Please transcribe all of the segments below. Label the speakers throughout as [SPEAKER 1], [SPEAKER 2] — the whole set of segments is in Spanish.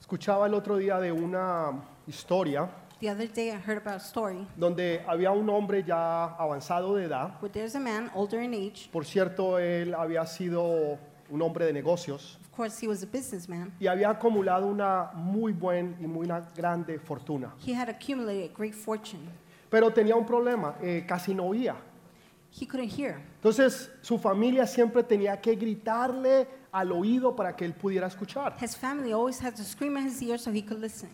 [SPEAKER 1] Escuchaba el otro día de una historia
[SPEAKER 2] The other day I heard about a story
[SPEAKER 1] donde había un hombre ya avanzado de edad.
[SPEAKER 2] where there's a man older in age.
[SPEAKER 1] Por cierto, él había sido un hombre de negocios
[SPEAKER 2] Of course, he was a businessman.
[SPEAKER 1] y había acumulado una muy buena y muy una grande fortuna.
[SPEAKER 2] He had accumulated great fortune.
[SPEAKER 1] Pero tenía un problema, eh, casi no oía.
[SPEAKER 2] He couldn't hear.
[SPEAKER 1] Entonces su familia siempre tenía que gritarle al oído para que él pudiera escuchar.
[SPEAKER 2] His family always had to scream in his ear so he could listen.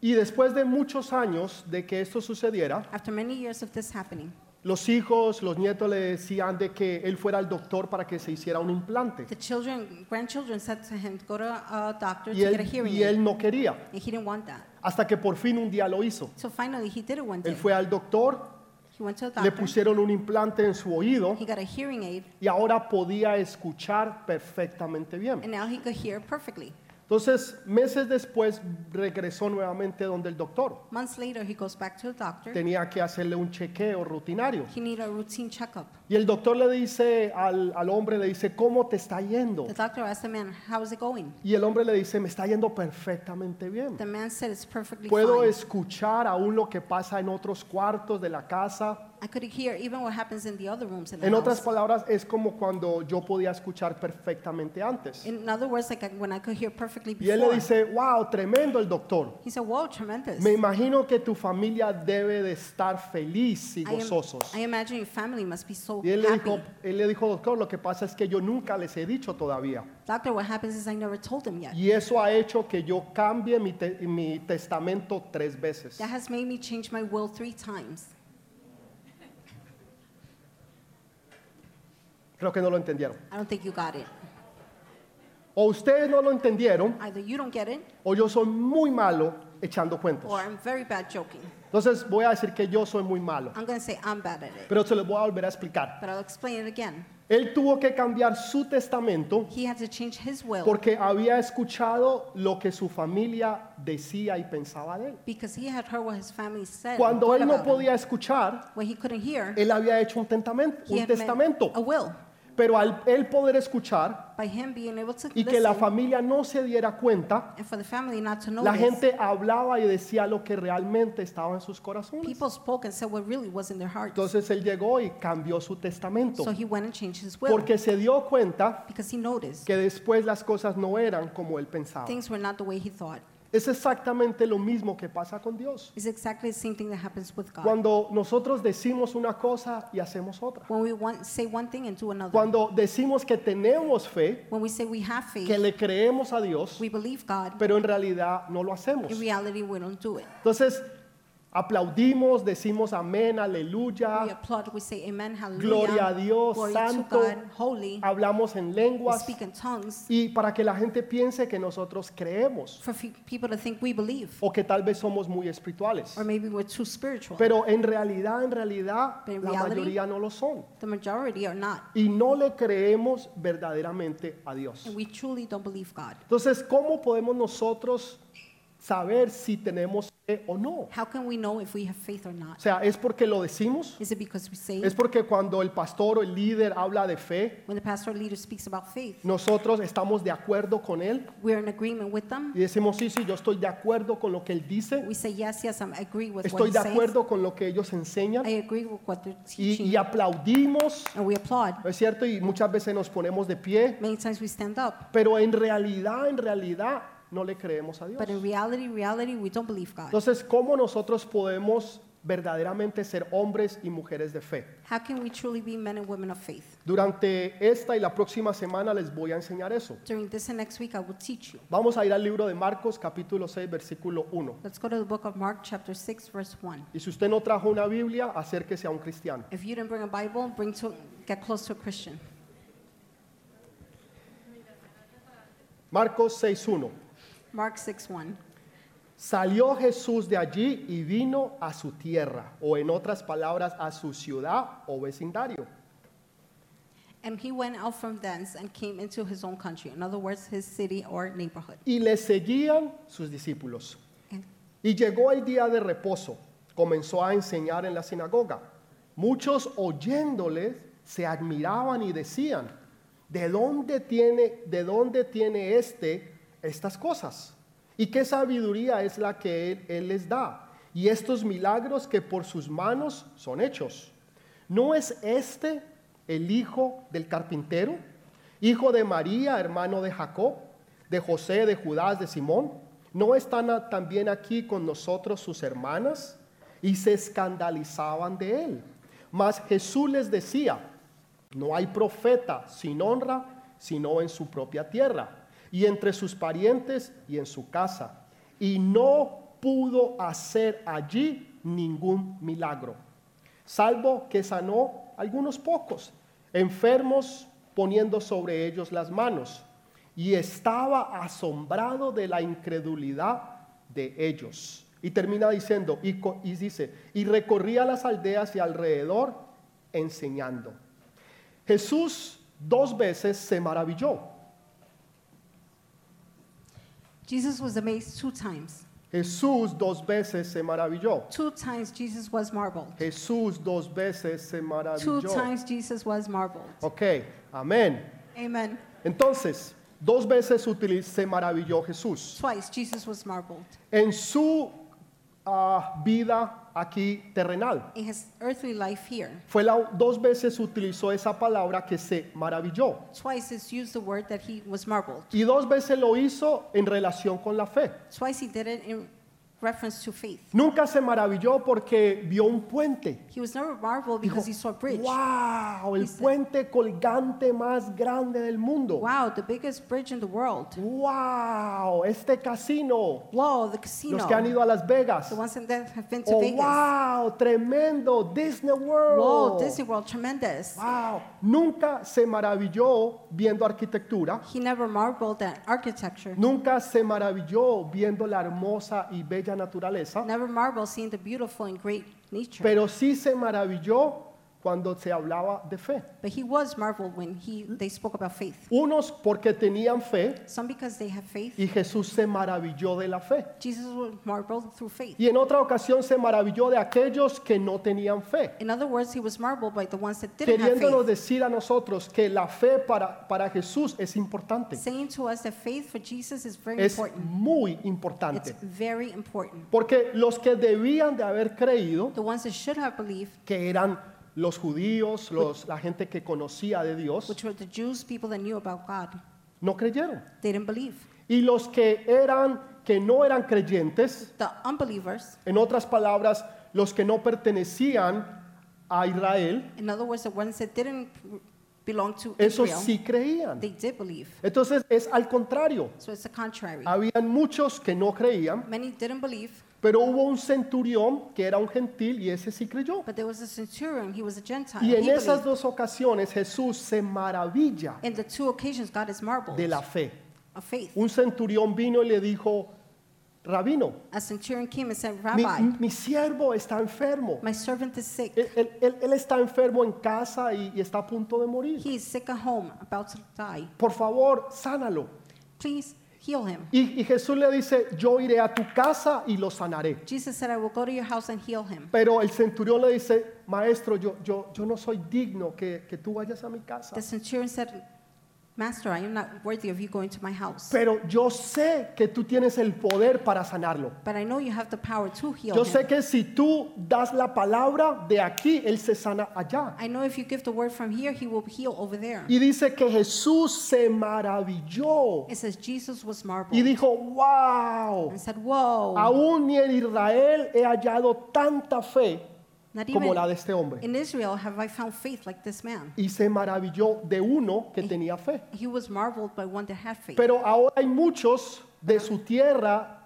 [SPEAKER 1] Y después de muchos años de que esto sucediera,
[SPEAKER 2] After many years of this happening,
[SPEAKER 1] los hijos, los nietos le decían de que él fuera al doctor para que se hiciera un implante.
[SPEAKER 2] the children, grandchildren said to him, go to a doctor
[SPEAKER 1] Y
[SPEAKER 2] to get a
[SPEAKER 1] él,
[SPEAKER 2] hearing
[SPEAKER 1] y él
[SPEAKER 2] aid.
[SPEAKER 1] no quería,
[SPEAKER 2] And he didn't want that.
[SPEAKER 1] hasta que por fin un día lo hizo.
[SPEAKER 2] So finally, he did it one
[SPEAKER 1] Él
[SPEAKER 2] day.
[SPEAKER 1] fue al doctor,
[SPEAKER 2] He went to a
[SPEAKER 1] le
[SPEAKER 2] doctor.
[SPEAKER 1] pusieron un implante en su oído
[SPEAKER 2] He got a hearing aid,
[SPEAKER 1] y ahora podía escuchar perfectamente bien.
[SPEAKER 2] and now he could hear perfectly.
[SPEAKER 1] Entonces, meses después regresó nuevamente donde el doctor.
[SPEAKER 2] Months later, he goes back to the doctor.
[SPEAKER 1] Tenía que hacerle un chequeo rutinario.
[SPEAKER 2] He needed a routine checkup.
[SPEAKER 1] Y el doctor le dice al, al hombre, le dice, ¿cómo te está yendo?
[SPEAKER 2] The doctor asked the man, "How is it going?"
[SPEAKER 1] Y el hombre le dice, me está yendo perfectamente bien.
[SPEAKER 2] The man said, "It's perfectly
[SPEAKER 1] Puedo
[SPEAKER 2] fine.
[SPEAKER 1] escuchar aún lo que pasa en otros cuartos de la casa.
[SPEAKER 2] I could hear even what happens in the other rooms in the
[SPEAKER 1] En otras
[SPEAKER 2] house."
[SPEAKER 1] palabras, es como cuando yo podía escuchar perfectamente antes.
[SPEAKER 2] In other words, like I- when I could hear perfectly
[SPEAKER 1] Y él le
[SPEAKER 2] before.
[SPEAKER 1] dice, wow, tremendo el doctor.
[SPEAKER 2] he said, "Wow, tremendous."
[SPEAKER 1] Me imagino que tu familia debe de estar feliz y
[SPEAKER 2] I, am-
[SPEAKER 1] gozosos.
[SPEAKER 2] I imagine your family must be so
[SPEAKER 1] Y él le dijo,
[SPEAKER 2] happy.
[SPEAKER 1] él le dijo, doctor, lo que pasa es que yo nunca les he dicho todavía.
[SPEAKER 2] Doctor, what happens is I never told them yet.
[SPEAKER 1] Y eso ha hecho que yo cambie mi, te- mi testamento tres veces.
[SPEAKER 2] That has made me change my will three times.
[SPEAKER 1] Creo que no lo entendieron.
[SPEAKER 2] I don't think you got it.
[SPEAKER 1] O ustedes no lo entendieron,
[SPEAKER 2] Either you don't get it,
[SPEAKER 1] o yo soy muy malo echando cuentos.
[SPEAKER 2] or I'm very bad joking.
[SPEAKER 1] Entonces voy a decir que yo soy muy malo,
[SPEAKER 2] I'm gonna say I'm bad at it,
[SPEAKER 1] pero se los voy a volver a explicar.
[SPEAKER 2] but I'll explain it again.
[SPEAKER 1] Él tuvo que cambiar su testamento
[SPEAKER 2] He had to change his will
[SPEAKER 1] porque había escuchado lo que su familia decía y pensaba de él.
[SPEAKER 2] because he had heard what his family said. and
[SPEAKER 1] Cuando
[SPEAKER 2] thought
[SPEAKER 1] él no
[SPEAKER 2] about him.
[SPEAKER 1] podía escuchar,
[SPEAKER 2] when he couldn't hear,
[SPEAKER 1] él había hecho un, tentamen-
[SPEAKER 2] he
[SPEAKER 1] un
[SPEAKER 2] had made
[SPEAKER 1] testamento,
[SPEAKER 2] a will
[SPEAKER 1] pero al él poder escuchar
[SPEAKER 2] by him being able to
[SPEAKER 1] y que
[SPEAKER 2] listen
[SPEAKER 1] la familia no se diera cuenta,
[SPEAKER 2] and for the family not to know
[SPEAKER 1] la gente hablaba y decía lo que realmente estaba en sus corazones.
[SPEAKER 2] People spoke and said what really was in their hearts.
[SPEAKER 1] Entonces él llegó y cambió su testamento
[SPEAKER 2] so he went and changed his will
[SPEAKER 1] porque se dio cuenta
[SPEAKER 2] because he noticed
[SPEAKER 1] que después las cosas no eran como él pensaba.
[SPEAKER 2] things were not the way he thought.
[SPEAKER 1] Es exactamente lo mismo que pasa con Dios.
[SPEAKER 2] It's exactly the same thing that happens with God.
[SPEAKER 1] Cuando nosotros decimos una cosa y hacemos otra.
[SPEAKER 2] when we want, say one thing and do another.
[SPEAKER 1] Cuando decimos que tenemos fe,
[SPEAKER 2] when we say we have faith,
[SPEAKER 1] que le creemos a Dios,
[SPEAKER 2] we believe God.
[SPEAKER 1] pero en realidad no lo hacemos.
[SPEAKER 2] in reality, we don't do it.
[SPEAKER 1] Entonces, aplaudimos, decimos amén,
[SPEAKER 2] we
[SPEAKER 1] aleluya,
[SPEAKER 2] applaud. We say Amen, Hallelujah.
[SPEAKER 1] gloria a Dios,
[SPEAKER 2] glory
[SPEAKER 1] santo,
[SPEAKER 2] to God, holy.
[SPEAKER 1] hablamos en
[SPEAKER 2] we
[SPEAKER 1] lenguas
[SPEAKER 2] speak in tongues
[SPEAKER 1] y para que la gente piense que nosotros creemos
[SPEAKER 2] for fe- people to think we believe,
[SPEAKER 1] o que tal vez somos muy espirituales.
[SPEAKER 2] or maybe we're too spiritual.
[SPEAKER 1] Pero en realidad, en realidad,
[SPEAKER 2] But in
[SPEAKER 1] la
[SPEAKER 2] reality-
[SPEAKER 1] mayoría no lo son.
[SPEAKER 2] the majority are not,
[SPEAKER 1] Y no le creemos verdaderamente a Dios.
[SPEAKER 2] and we truly don't believe God.
[SPEAKER 1] Entonces, ¿cómo podemos nosotros saber si tenemos fe o no?
[SPEAKER 2] How can we know if we have faith or
[SPEAKER 1] O
[SPEAKER 2] not?
[SPEAKER 1] sea, ¿es porque lo decimos?
[SPEAKER 2] Is it because we say
[SPEAKER 1] Es porque cuando el pastor o el líder habla de fe,
[SPEAKER 2] when the pastor or leader speaks about faith,
[SPEAKER 1] nosotros estamos de acuerdo con él
[SPEAKER 2] we're in agreement with them?
[SPEAKER 1] y decimos, sí, sí, yo estoy de acuerdo con lo que él dice,
[SPEAKER 2] We say yes, yes, I agree with what
[SPEAKER 1] estoy
[SPEAKER 2] he
[SPEAKER 1] de
[SPEAKER 2] says.
[SPEAKER 1] acuerdo con lo que ellos enseñan
[SPEAKER 2] I agree with what they're
[SPEAKER 1] y,
[SPEAKER 2] teaching,
[SPEAKER 1] y aplaudimos,
[SPEAKER 2] and we applaud.
[SPEAKER 1] ¿no es cierto? Y muchas veces nos ponemos de pie,
[SPEAKER 2] Many times we stand up,
[SPEAKER 1] pero en realidad, en realidad, no le creemos a Dios.
[SPEAKER 2] but in reality, reality, we don't believe God.
[SPEAKER 1] Entonces, ¿cómo nosotros podemos verdaderamente ser hombres y mujeres de fe?
[SPEAKER 2] How can we truly be men and women of faith?
[SPEAKER 1] Durante esta y la próxima semana les voy a enseñar eso.
[SPEAKER 2] During this and next week, I will teach you.
[SPEAKER 1] Vamos a ir al libro de Marcos capítulo 6 versículo 1.
[SPEAKER 2] Let's go to the book of Mark, chapter 6, verse 1.
[SPEAKER 1] Y si usted no trajo una Biblia, acérquese a un cristiano.
[SPEAKER 2] If you didn't bring a Bible, bring to get close to a Christian.
[SPEAKER 1] Marcos 6.1.
[SPEAKER 2] Mark 6, 1.
[SPEAKER 1] Salió Jesús de allí y vino a su tierra, o en otras palabras, a su ciudad o vecindario.
[SPEAKER 2] And he went out from thence and came into his own country. In other words, his city or neighborhood.
[SPEAKER 1] Y le seguían sus discípulos.
[SPEAKER 2] And
[SPEAKER 1] Y llegó el día de reposo. Comenzó a enseñar en la sinagoga. Muchos oyéndole se admiraban y decían, ¿de dónde tiene, de dónde tiene este estas cosas? y qué sabiduría es la que él, él les da, y estos milagros que por sus manos son hechos. ¿No es este el hijo del carpintero? Hijo de María, hermano de Jacob, de José, de Judas, de Simón. ¿No están a- también aquí con nosotros sus hermanas? Y se escandalizaban de él. Mas Jesús les decía, no hay profeta sin honra, sino en su propia tierra, y entre sus parientes y en su casa. Y no pudo hacer allí ningún milagro salvo que sanó algunos pocos, enfermos poniendo sobre ellos las manos, y estaba asombrado de la incredulidad de ellos. Y termina diciendo, y, co- y dice, y recorría las aldeas y alrededor enseñando. Jesús dos veces se maravilló.
[SPEAKER 2] Jesus was amazed two times.
[SPEAKER 1] Jesús dos veces se maravilló.
[SPEAKER 2] Two times Jesus was marveled.
[SPEAKER 1] Jesús dos veces se
[SPEAKER 2] Two
[SPEAKER 1] maravilló.
[SPEAKER 2] times Jesus was marveled.
[SPEAKER 1] Ok, amén.
[SPEAKER 2] Amen.
[SPEAKER 1] Entonces, dos veces utili- se maravilló Jesús.
[SPEAKER 2] Twice Jesus was marveled
[SPEAKER 1] En su ah, vida aquí terrenal,
[SPEAKER 2] in his earthly life here.
[SPEAKER 1] fue la, dos veces utilizó esa palabra que se maravilló.
[SPEAKER 2] Twice is used the word that he was marveled.
[SPEAKER 1] Y dos veces lo hizo en relación con la fe.
[SPEAKER 2] Twice he did it in reference to faith.
[SPEAKER 1] Nunca se maravilló porque vio un puente.
[SPEAKER 2] He was never marveled
[SPEAKER 1] Dijo,
[SPEAKER 2] because he saw a bridge.
[SPEAKER 1] wow, el
[SPEAKER 2] He said-
[SPEAKER 1] puente colgante más grande del mundo.
[SPEAKER 2] Wow, the biggest bridge in the world.
[SPEAKER 1] Wow, este casino.
[SPEAKER 2] Whoa, the casino.
[SPEAKER 1] Los que han ido a Las Vegas.
[SPEAKER 2] The ones that have been to
[SPEAKER 1] Oh,
[SPEAKER 2] Vegas.
[SPEAKER 1] wow, tremendo, Disney World.
[SPEAKER 2] Whoa, Disney World, tremendous.
[SPEAKER 1] Wow, nunca se maravilló viendo arquitectura,
[SPEAKER 2] He never marveled at architecture.
[SPEAKER 1] nunca se maravilló viendo la hermosa y bella naturaleza,
[SPEAKER 2] Never marveled seeing the beautiful and great nature.
[SPEAKER 1] pero sí se maravilló cuando se hablaba de fe.
[SPEAKER 2] But he was marveled when he they spoke about faith.
[SPEAKER 1] Unos porque tenían fe
[SPEAKER 2] Some because they have faith.
[SPEAKER 1] y Jesús se maravilló de la fe.
[SPEAKER 2] Jesus was marveled through faith.
[SPEAKER 1] Y en otra ocasión se maravilló de aquellos que no tenían fe.
[SPEAKER 2] In other words, he was marveled by the ones that didn't have
[SPEAKER 1] Queriéndonos
[SPEAKER 2] faith,
[SPEAKER 1] decir a nosotros que la fe para, para Jesús es importante.
[SPEAKER 2] saying to us that faith for Jesus is very
[SPEAKER 1] Es
[SPEAKER 2] important.
[SPEAKER 1] muy
[SPEAKER 2] It's
[SPEAKER 1] importante.
[SPEAKER 2] very important.
[SPEAKER 1] Porque los que debían de haber creído,
[SPEAKER 2] The ones that should have believed,
[SPEAKER 1] que eran los judíos, los- la gente que conocía de Dios,
[SPEAKER 2] which were the Jews, people that knew about God,
[SPEAKER 1] no creyeron.
[SPEAKER 2] they didn't believe.
[SPEAKER 1] Y los que eran, que no eran creyentes,
[SPEAKER 2] The unbelievers,
[SPEAKER 1] en otras palabras, los que no pertenecían a Israel,
[SPEAKER 2] in other words, the ones that didn't belong to
[SPEAKER 1] esos
[SPEAKER 2] Israel,
[SPEAKER 1] sí creían.
[SPEAKER 2] they did believe.
[SPEAKER 1] Entonces es al contrario.
[SPEAKER 2] So it's the contrary.
[SPEAKER 1] Habían muchos que no creían,
[SPEAKER 2] Many didn't believe,
[SPEAKER 1] pero hubo un centurión que era un gentil y ese sí creyó.
[SPEAKER 2] but there was a centurion, he was a Gentile.
[SPEAKER 1] Y en
[SPEAKER 2] he
[SPEAKER 1] esas
[SPEAKER 2] believed.
[SPEAKER 1] dos ocasiones Jesús se maravilla
[SPEAKER 2] In the two occasions, God is marveled
[SPEAKER 1] de la fe.
[SPEAKER 2] of faith.
[SPEAKER 1] Un centurión vino y le dijo, Rabino,
[SPEAKER 2] A centurion came and said,
[SPEAKER 1] mi,
[SPEAKER 2] Rabbi,
[SPEAKER 1] mi Eh, siervo está enfermo.
[SPEAKER 2] my servant is sick.
[SPEAKER 1] Él, él- él- él está enfermo en casa y, y está a punto de morir.
[SPEAKER 2] He is sick at home, about to die.
[SPEAKER 1] Por favor, sánalo.
[SPEAKER 2] Please heal him.
[SPEAKER 1] Y, y Jesús le dice, yo iré a tu casa y lo sanaré.
[SPEAKER 2] Jesus said, I will go to your house and heal him.
[SPEAKER 1] Pero el centurión le dice, maestro, yo, yo, yo no soy digno que, que tú vayas a mi casa.
[SPEAKER 2] The centurion said, Master, I am not worthy of you going to my house.
[SPEAKER 1] Pero yo sé que tú tienes el poder para sanarlo.
[SPEAKER 2] But I know you have the power to heal
[SPEAKER 1] Yo sé
[SPEAKER 2] him.
[SPEAKER 1] que si tú das la palabra de aquí, él se sana allá.
[SPEAKER 2] I know if you give the word from here, he will heal over there.
[SPEAKER 1] Y dice que Jesús se maravilló
[SPEAKER 2] It says Jesus was
[SPEAKER 1] y
[SPEAKER 2] marveled
[SPEAKER 1] dijo, wow,
[SPEAKER 2] and said, Whoa,
[SPEAKER 1] aún ni en Israel he hallado tanta fe
[SPEAKER 2] not
[SPEAKER 1] como la de
[SPEAKER 2] even
[SPEAKER 1] este hombre.
[SPEAKER 2] in Israel have I found faith like this man.
[SPEAKER 1] Y se maravilló de uno que tenía fe.
[SPEAKER 2] He was marveled by one that had faith.
[SPEAKER 1] Pero ahora hay muchos de su tierra,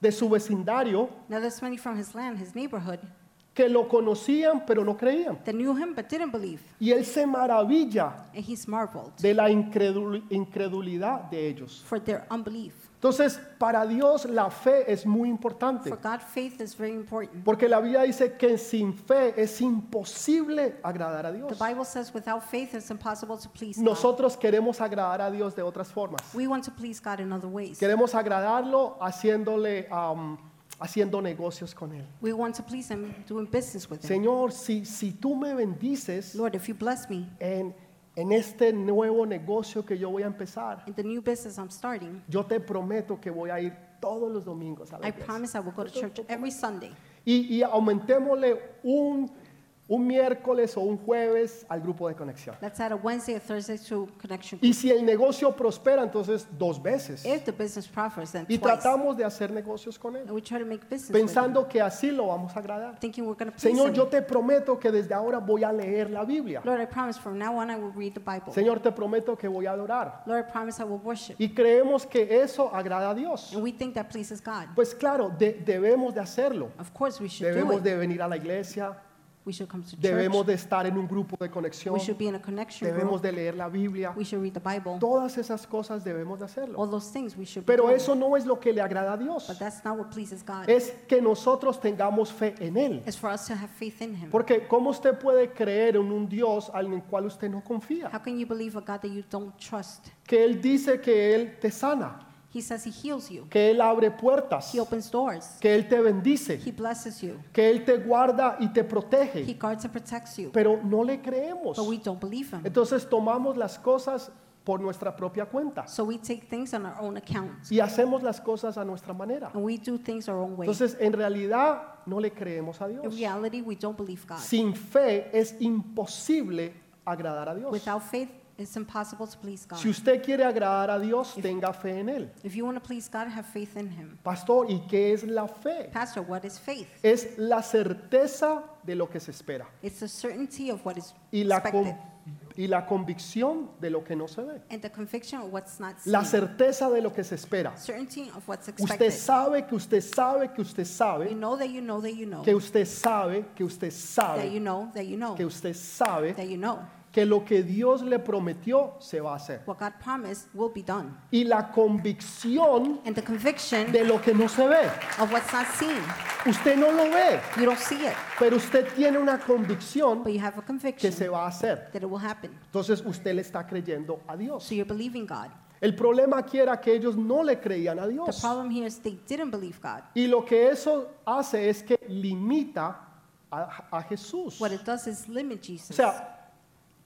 [SPEAKER 1] de su vecindario,
[SPEAKER 2] Now there's many from his land, his neighborhood,
[SPEAKER 1] que lo conocían pero no creían.
[SPEAKER 2] that knew him but didn't believe.
[SPEAKER 1] Y él se maravilla
[SPEAKER 2] And he's marveled
[SPEAKER 1] de la incredul- incredulidad de ellos.
[SPEAKER 2] for their unbelief.
[SPEAKER 1] Entonces, para Dios la fe es muy importante.
[SPEAKER 2] For God, faith is very important.
[SPEAKER 1] Porque la Biblia dice que sin fe es imposible agradar a
[SPEAKER 2] The
[SPEAKER 1] Dios.
[SPEAKER 2] Bible says without faith it's impossible to please God.
[SPEAKER 1] Nosotros queremos agradar a Dios de otras formas.
[SPEAKER 2] We want to please God in other ways.
[SPEAKER 1] Queremos agradarlo haciéndole, am, haciendo negocios con Él.
[SPEAKER 2] We want to please Him doing business with Him.
[SPEAKER 1] Señor, si, si tú me bendices
[SPEAKER 2] Lord, if you bless me
[SPEAKER 1] en, en este nuevo negocio que yo voy a empezar,
[SPEAKER 2] in the new business I'm starting,
[SPEAKER 1] yo te prometo que voy a ir todos los domingos a la
[SPEAKER 2] I
[SPEAKER 1] iglesia.
[SPEAKER 2] promise I will go to church every Sunday.
[SPEAKER 1] Y, y aumentémosle un, un miércoles o un jueves al grupo de conexión.
[SPEAKER 2] Let's add a Wednesday or Thursday to connection.
[SPEAKER 1] Y si el negocio prospera, entonces dos veces.
[SPEAKER 2] If the business profits, then
[SPEAKER 1] Y
[SPEAKER 2] Eh, twice.
[SPEAKER 1] tratamos de hacer negocios con
[SPEAKER 2] And
[SPEAKER 1] él,
[SPEAKER 2] we try to make business with them,
[SPEAKER 1] pensando que así lo vamos a agradar.
[SPEAKER 2] thinking we're going to please
[SPEAKER 1] Señor,
[SPEAKER 2] them.
[SPEAKER 1] yo te prometo que desde ahora voy a leer la Biblia.
[SPEAKER 2] Lord, I promise from now on I will read the Bible.
[SPEAKER 1] Señor, te prometo que voy a adorar.
[SPEAKER 2] Lord, I promise I will worship.
[SPEAKER 1] Y creemos que eso agrada a Dios.
[SPEAKER 2] And we think that pleases God.
[SPEAKER 1] Pues claro, de- debemos de hacerlo.
[SPEAKER 2] Of course, we should do
[SPEAKER 1] Debemos
[SPEAKER 2] it.
[SPEAKER 1] de venir a la iglesia,
[SPEAKER 2] we should come to church.
[SPEAKER 1] debemos de estar en un grupo de conexión,
[SPEAKER 2] we should be in a connection
[SPEAKER 1] debemos
[SPEAKER 2] group.
[SPEAKER 1] de leer la Biblia.
[SPEAKER 2] we should read the Bible.
[SPEAKER 1] Todas esas cosas debemos de
[SPEAKER 2] All
[SPEAKER 1] hacerlo.
[SPEAKER 2] those things we should be
[SPEAKER 1] Pero
[SPEAKER 2] doing.
[SPEAKER 1] eso no es lo que le agrada a
[SPEAKER 2] But
[SPEAKER 1] Dios.
[SPEAKER 2] that's not what pleases God.
[SPEAKER 1] Es que nosotros tengamos fe en Él.
[SPEAKER 2] it's for us to have faith in Him.
[SPEAKER 1] Porque ¿cómo usted puede creer en un Dios al en cual usted no confía?
[SPEAKER 2] How can you believe a God that you don't trust?
[SPEAKER 1] Que Él dice que Él te sana,
[SPEAKER 2] He says He heals you.
[SPEAKER 1] que Él abre puertas,
[SPEAKER 2] He opens doors.
[SPEAKER 1] que Él te bendice,
[SPEAKER 2] He blesses you.
[SPEAKER 1] que Él te guarda y te
[SPEAKER 2] He
[SPEAKER 1] protege.
[SPEAKER 2] guards and protects you.
[SPEAKER 1] Pero no le creemos.
[SPEAKER 2] But we don't believe Him.
[SPEAKER 1] Entonces tomamos las cosas por nuestra propia cuenta
[SPEAKER 2] So we take things on our own account.
[SPEAKER 1] y hacemos las cosas a nuestra manera.
[SPEAKER 2] And we do things our own way.
[SPEAKER 1] Entonces, en realidad, no le creemos a
[SPEAKER 2] In
[SPEAKER 1] Dios.
[SPEAKER 2] reality, we don't believe God.
[SPEAKER 1] Sin fe es imposible agradar a Dios.
[SPEAKER 2] Without faith, it's impossible to please God.
[SPEAKER 1] Si usted quiere agradar a Dios, tenga fe en Él.
[SPEAKER 2] If you want to please God, have faith in Him.
[SPEAKER 1] Pastor, ¿y qué es la fe?
[SPEAKER 2] Pastor, what is faith?
[SPEAKER 1] Es la certeza de lo que se espera
[SPEAKER 2] It's the certainty of what is
[SPEAKER 1] y la,
[SPEAKER 2] expected
[SPEAKER 1] con- y la convicción de lo que no se ve.
[SPEAKER 2] and the conviction of what's not seen.
[SPEAKER 1] La certeza de lo que se espera.
[SPEAKER 2] Certainty of what's
[SPEAKER 1] Usted
[SPEAKER 2] expected.
[SPEAKER 1] sabe que usted sabe que usted
[SPEAKER 2] You
[SPEAKER 1] sabe
[SPEAKER 2] know that you know that you know
[SPEAKER 1] que usted sabe que usted
[SPEAKER 2] that you
[SPEAKER 1] sabe
[SPEAKER 2] know that you know
[SPEAKER 1] que usted sabe
[SPEAKER 2] that you know
[SPEAKER 1] que lo que Dios le prometió se va a hacer.
[SPEAKER 2] what God promised will be done.
[SPEAKER 1] Y la convicción
[SPEAKER 2] And the conviction
[SPEAKER 1] de lo que no se ve.
[SPEAKER 2] of what's not seen.
[SPEAKER 1] Usted no lo ve,
[SPEAKER 2] You don't see it,
[SPEAKER 1] pero usted tiene una convicción
[SPEAKER 2] but you have a
[SPEAKER 1] que
[SPEAKER 2] conviction
[SPEAKER 1] se va a hacer.
[SPEAKER 2] that it will happen.
[SPEAKER 1] Entonces usted le está creyendo a Dios.
[SPEAKER 2] So you're believing God.
[SPEAKER 1] El problema aquí era que ellos no le creían a
[SPEAKER 2] The
[SPEAKER 1] Dios.
[SPEAKER 2] problem here is they didn't believe God.
[SPEAKER 1] Y lo que eso hace es que limita a, a Jesús.
[SPEAKER 2] What
[SPEAKER 1] O
[SPEAKER 2] it does is limit Jesus.
[SPEAKER 1] sea,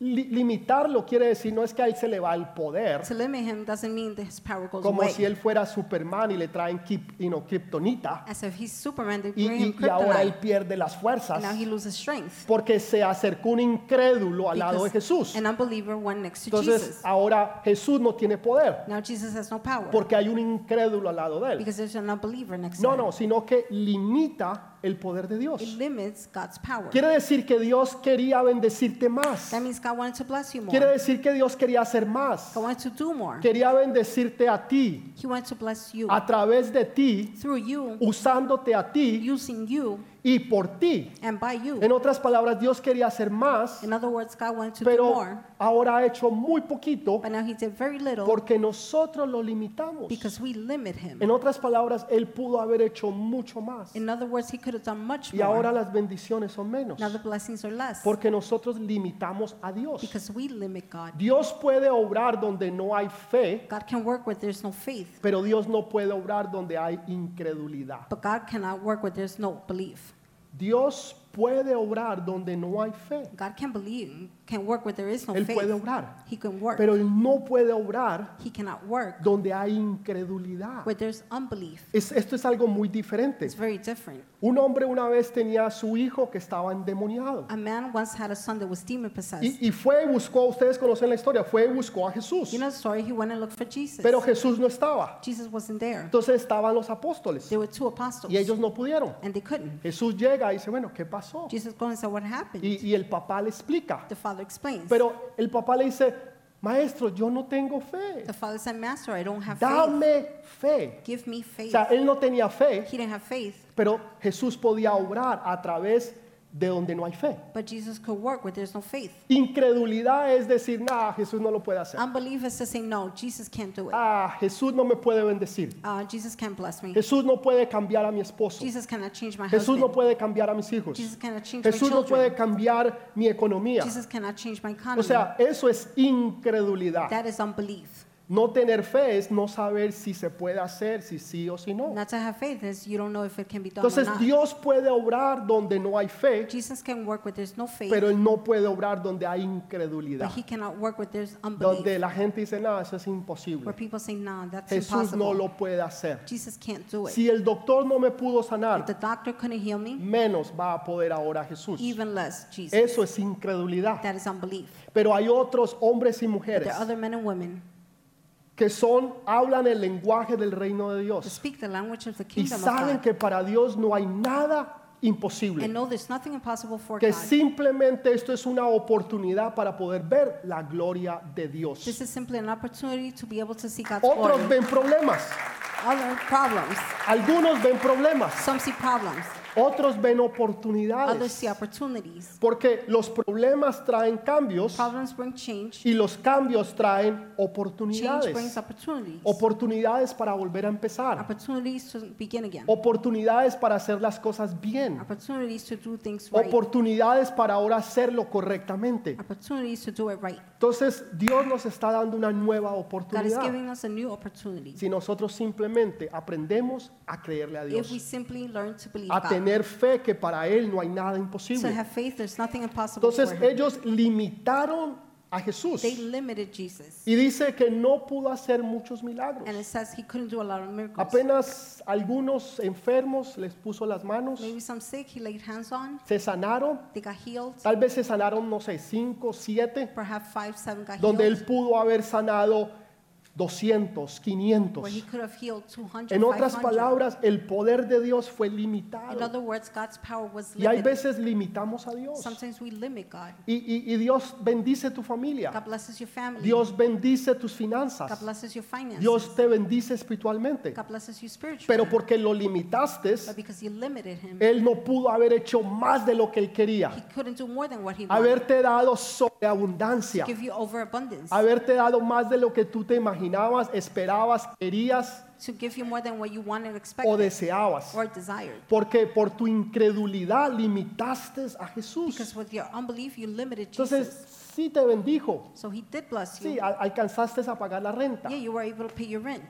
[SPEAKER 1] li- limitarlo quiere decir no es que a él se le va el poder,
[SPEAKER 2] to limit him doesn't mean that his power goes
[SPEAKER 1] como
[SPEAKER 2] away.
[SPEAKER 1] si él fuera Superman y le traen kip- you know, kriptonita
[SPEAKER 2] As if he's Superman, they
[SPEAKER 1] y,
[SPEAKER 2] bring him
[SPEAKER 1] y- y ahora él
[SPEAKER 2] kryptonite,
[SPEAKER 1] pierde las
[SPEAKER 2] and now
[SPEAKER 1] fuerzas
[SPEAKER 2] he loses strength.
[SPEAKER 1] porque se acercó un incrédulo al lado de
[SPEAKER 2] because
[SPEAKER 1] Jesús.
[SPEAKER 2] An unbeliever went next to
[SPEAKER 1] Entonces ah,
[SPEAKER 2] Jesus.
[SPEAKER 1] ahora Jesús no tiene poder
[SPEAKER 2] Now Jesus has no power
[SPEAKER 1] porque hay un incrédulo al lado de él.
[SPEAKER 2] because there's an unbeliever next
[SPEAKER 1] No,
[SPEAKER 2] to him.
[SPEAKER 1] no, sino que limita el poder de
[SPEAKER 2] It
[SPEAKER 1] Dios.
[SPEAKER 2] limits God's power.
[SPEAKER 1] Quiere decir que Dios quería bendecirte más.
[SPEAKER 2] That means God wanted to bless you more.
[SPEAKER 1] Quiere decir que Dios quería hacer más.
[SPEAKER 2] God wanted to do more.
[SPEAKER 1] Quería bendecirte a ti,
[SPEAKER 2] He wanted to bless you
[SPEAKER 1] a través de ti,
[SPEAKER 2] through you,
[SPEAKER 1] usándote a ti
[SPEAKER 2] using you,
[SPEAKER 1] y por ti.
[SPEAKER 2] and by you.
[SPEAKER 1] En otras palabras, Dios quería hacer más,
[SPEAKER 2] In other words, God wanted to do
[SPEAKER 1] pero
[SPEAKER 2] more,
[SPEAKER 1] ahora ha hecho muy poquito
[SPEAKER 2] but now he did very little
[SPEAKER 1] porque nosotros lo limitamos.
[SPEAKER 2] because we limit him.
[SPEAKER 1] En otras palabras, Él pudo haber hecho mucho más
[SPEAKER 2] In other words, he could have done much
[SPEAKER 1] y ahora
[SPEAKER 2] more.
[SPEAKER 1] las bendiciones son menos
[SPEAKER 2] Now the blessings are less
[SPEAKER 1] porque nosotros limitamos a Dios.
[SPEAKER 2] because we limit God.
[SPEAKER 1] Dios puede obrar donde no hay fe,
[SPEAKER 2] God can work where there's no faith,
[SPEAKER 1] pero Dios no puede obrar donde hay incredulidad.
[SPEAKER 2] but God cannot work where there's no belief.
[SPEAKER 1] Dios puede obrar donde no hay fe.
[SPEAKER 2] God can believe, can work where there is no
[SPEAKER 1] Él
[SPEAKER 2] faith.
[SPEAKER 1] puede obrar,
[SPEAKER 2] He can work.
[SPEAKER 1] pero Él no puede obrar
[SPEAKER 2] He cannot work
[SPEAKER 1] donde hay incredulidad.
[SPEAKER 2] where there's unbelief.
[SPEAKER 1] Es- esto es algo muy diferente.
[SPEAKER 2] It's very different.
[SPEAKER 1] Un hombre una vez tenía a su hijo que estaba endemoniado.
[SPEAKER 2] A man once had a son that was demon possessed.
[SPEAKER 1] Y, y fue y buscó, ustedes conocen la historia, fue y buscó a Jesús.
[SPEAKER 2] You know the story. He went and looked for Jesus.
[SPEAKER 1] Pero Jesús no estaba.
[SPEAKER 2] Jesus wasn't there.
[SPEAKER 1] Entonces estaban los apóstoles
[SPEAKER 2] There were two apostles,
[SPEAKER 1] y ellos no pudieron.
[SPEAKER 2] and they couldn't.
[SPEAKER 1] Jesús llega y dice, bueno, ¿qué pasó?
[SPEAKER 2] Jesus goes and said, "What happened?"
[SPEAKER 1] Y, y el papá le explica.
[SPEAKER 2] The father explains.
[SPEAKER 1] Pero el papá le dice, maestro, yo no tengo fe.
[SPEAKER 2] the father said, "Master, I don't have faith.
[SPEAKER 1] Dame fe.
[SPEAKER 2] Give me
[SPEAKER 1] O
[SPEAKER 2] faith."
[SPEAKER 1] sea, él no tenía fe,
[SPEAKER 2] He didn't have faith,
[SPEAKER 1] pero Jesús podía obrar a través de donde no hay fe.
[SPEAKER 2] but Jesus could work where there's no faith.
[SPEAKER 1] Incredulidad es decir, nada, Jesús no lo puede hacer.
[SPEAKER 2] Unbelief is to say, "No, Jesus can't do it.
[SPEAKER 1] Ah, Jesús no me puede bendecir.
[SPEAKER 2] Uh, Jesus can't bless me.
[SPEAKER 1] Jesús no puede cambiar a mi esposo.
[SPEAKER 2] Jesus cannot change my
[SPEAKER 1] Jesús no
[SPEAKER 2] husband.
[SPEAKER 1] puede cambiar a mis hijos.
[SPEAKER 2] Jesus cannot change my
[SPEAKER 1] Jesús no puede
[SPEAKER 2] children.
[SPEAKER 1] cambiar mi economía.
[SPEAKER 2] Jesus cannot change my
[SPEAKER 1] O
[SPEAKER 2] economy.
[SPEAKER 1] sea, eso es incredulidad.
[SPEAKER 2] That is unbelief.
[SPEAKER 1] No tener fe es no saber si se puede hacer, si sí o si no.
[SPEAKER 2] Not to have faith is you don't know if it can be done or
[SPEAKER 1] Entonces
[SPEAKER 2] not.
[SPEAKER 1] Dios puede obrar donde no hay fe,
[SPEAKER 2] Jesus can work where there's no faith,
[SPEAKER 1] pero Él no puede obrar donde hay
[SPEAKER 2] but
[SPEAKER 1] incredulidad.
[SPEAKER 2] he cannot work where there's unbelief.
[SPEAKER 1] Donde la gente dice, no, eso es
[SPEAKER 2] where
[SPEAKER 1] imposible.
[SPEAKER 2] people say, nah, that's
[SPEAKER 1] Jesús
[SPEAKER 2] impossible.
[SPEAKER 1] no lo puede hacer.
[SPEAKER 2] Jesus can't do it.
[SPEAKER 1] Si el doctor no me pudo
[SPEAKER 2] if the
[SPEAKER 1] sanar,
[SPEAKER 2] doctor couldn't heal me,
[SPEAKER 1] menos va a poder ahora Jesús.
[SPEAKER 2] even less Jesus.
[SPEAKER 1] Eso es incredulidad.
[SPEAKER 2] that is unbelief.
[SPEAKER 1] Pero hay otros hombres y
[SPEAKER 2] But
[SPEAKER 1] mujeres
[SPEAKER 2] there are other men and women
[SPEAKER 1] que son, hablan el lenguaje del reino de
[SPEAKER 2] who
[SPEAKER 1] Dios
[SPEAKER 2] speak the language of the
[SPEAKER 1] y
[SPEAKER 2] kingdom of
[SPEAKER 1] saben
[SPEAKER 2] God
[SPEAKER 1] que para Dios no hay nada
[SPEAKER 2] and
[SPEAKER 1] imposible.
[SPEAKER 2] know there's nothing impossible for
[SPEAKER 1] Que
[SPEAKER 2] God.
[SPEAKER 1] simplemente esto es una oportunidad para poder ver la gloria de
[SPEAKER 2] This
[SPEAKER 1] Dios.
[SPEAKER 2] is simply an opportunity to be able to see God's
[SPEAKER 1] Otros
[SPEAKER 2] glory.
[SPEAKER 1] ven problemas,
[SPEAKER 2] Other problems.
[SPEAKER 1] algunos ven problemas,
[SPEAKER 2] Some see problems.
[SPEAKER 1] otros ven
[SPEAKER 2] Others
[SPEAKER 1] oportunidades.
[SPEAKER 2] see opportunities.
[SPEAKER 1] Porque los problemas traen cambios
[SPEAKER 2] Problems bring change.
[SPEAKER 1] y los cambios traen
[SPEAKER 2] Change brings
[SPEAKER 1] oportunidades.
[SPEAKER 2] opportunities.
[SPEAKER 1] Oportunidades para volver a empezar.
[SPEAKER 2] Opportunities to begin again.
[SPEAKER 1] Oportunidades para hacer las cosas bien.
[SPEAKER 2] Opportunities to do things right.
[SPEAKER 1] Oportunidades para ahora hacerlo correctamente.
[SPEAKER 2] Opportunities to do it right.
[SPEAKER 1] Entonces Dios nos está dando una nueva
[SPEAKER 2] God is
[SPEAKER 1] oportunidad
[SPEAKER 2] giving us a new opportunity.
[SPEAKER 1] si nosotros simplemente aprendemos a creerle a
[SPEAKER 2] If we
[SPEAKER 1] Dios,
[SPEAKER 2] simply learn to believe
[SPEAKER 1] a
[SPEAKER 2] God,
[SPEAKER 1] tener fe que para Él no hay nada
[SPEAKER 2] to
[SPEAKER 1] imposible.
[SPEAKER 2] have faith, there's nothing impossible for
[SPEAKER 1] Entonces
[SPEAKER 2] him.
[SPEAKER 1] ellos limitaron a Jesús
[SPEAKER 2] They limited Jesus.
[SPEAKER 1] y dice que no pudo hacer muchos milagros.
[SPEAKER 2] And it says he couldn't do a lot of miracles.
[SPEAKER 1] Apenas algunos enfermos les puso las manos,
[SPEAKER 2] Maybe some sick, he laid hands on.
[SPEAKER 1] se sanaron,
[SPEAKER 2] They got healed.
[SPEAKER 1] tal vez se sanaron, no sé, cinco, siete,
[SPEAKER 2] Perhaps five, seven got
[SPEAKER 1] donde él
[SPEAKER 2] healed.
[SPEAKER 1] pudo haber sanado 200,
[SPEAKER 2] Where he
[SPEAKER 1] 500.
[SPEAKER 2] could have healed 200,
[SPEAKER 1] En otras
[SPEAKER 2] 500.
[SPEAKER 1] palabras, el poder de Dios fue
[SPEAKER 2] In
[SPEAKER 1] limitado.
[SPEAKER 2] other words, God's power was
[SPEAKER 1] Y hay
[SPEAKER 2] limited.
[SPEAKER 1] veces limitamos a Dios.
[SPEAKER 2] Sometimes we limit God.
[SPEAKER 1] Y, y- y Dios bendice tu familia.
[SPEAKER 2] God blesses your family.
[SPEAKER 1] Dios bendice tus
[SPEAKER 2] God
[SPEAKER 1] finanzas.
[SPEAKER 2] blesses your finances.
[SPEAKER 1] Dios te bendice espiritualmente.
[SPEAKER 2] God blesses you spiritually.
[SPEAKER 1] Pero porque lo limitaste,
[SPEAKER 2] but because you limited him,
[SPEAKER 1] Él no pudo haber hecho más de lo que Él
[SPEAKER 2] he
[SPEAKER 1] quería.
[SPEAKER 2] couldn't do more than what he wanted.
[SPEAKER 1] Haberte dado sobreabundancia.
[SPEAKER 2] Give you overabundance.
[SPEAKER 1] Haberte dado más de lo que tú te imaginabas, esperabas, querías
[SPEAKER 2] to give you more than what you wanted and
[SPEAKER 1] o
[SPEAKER 2] expected
[SPEAKER 1] deseabas.
[SPEAKER 2] or desired.
[SPEAKER 1] Porque por tu incredulidad limitaste a Jesús.
[SPEAKER 2] Because with your unbelief, you limited Jesus.
[SPEAKER 1] Entonces, sí te bendijo.
[SPEAKER 2] So he did bless
[SPEAKER 1] Sí,
[SPEAKER 2] you.
[SPEAKER 1] al- alcanzaste a pagar la renta.
[SPEAKER 2] Yeah, you were able to pay your rent.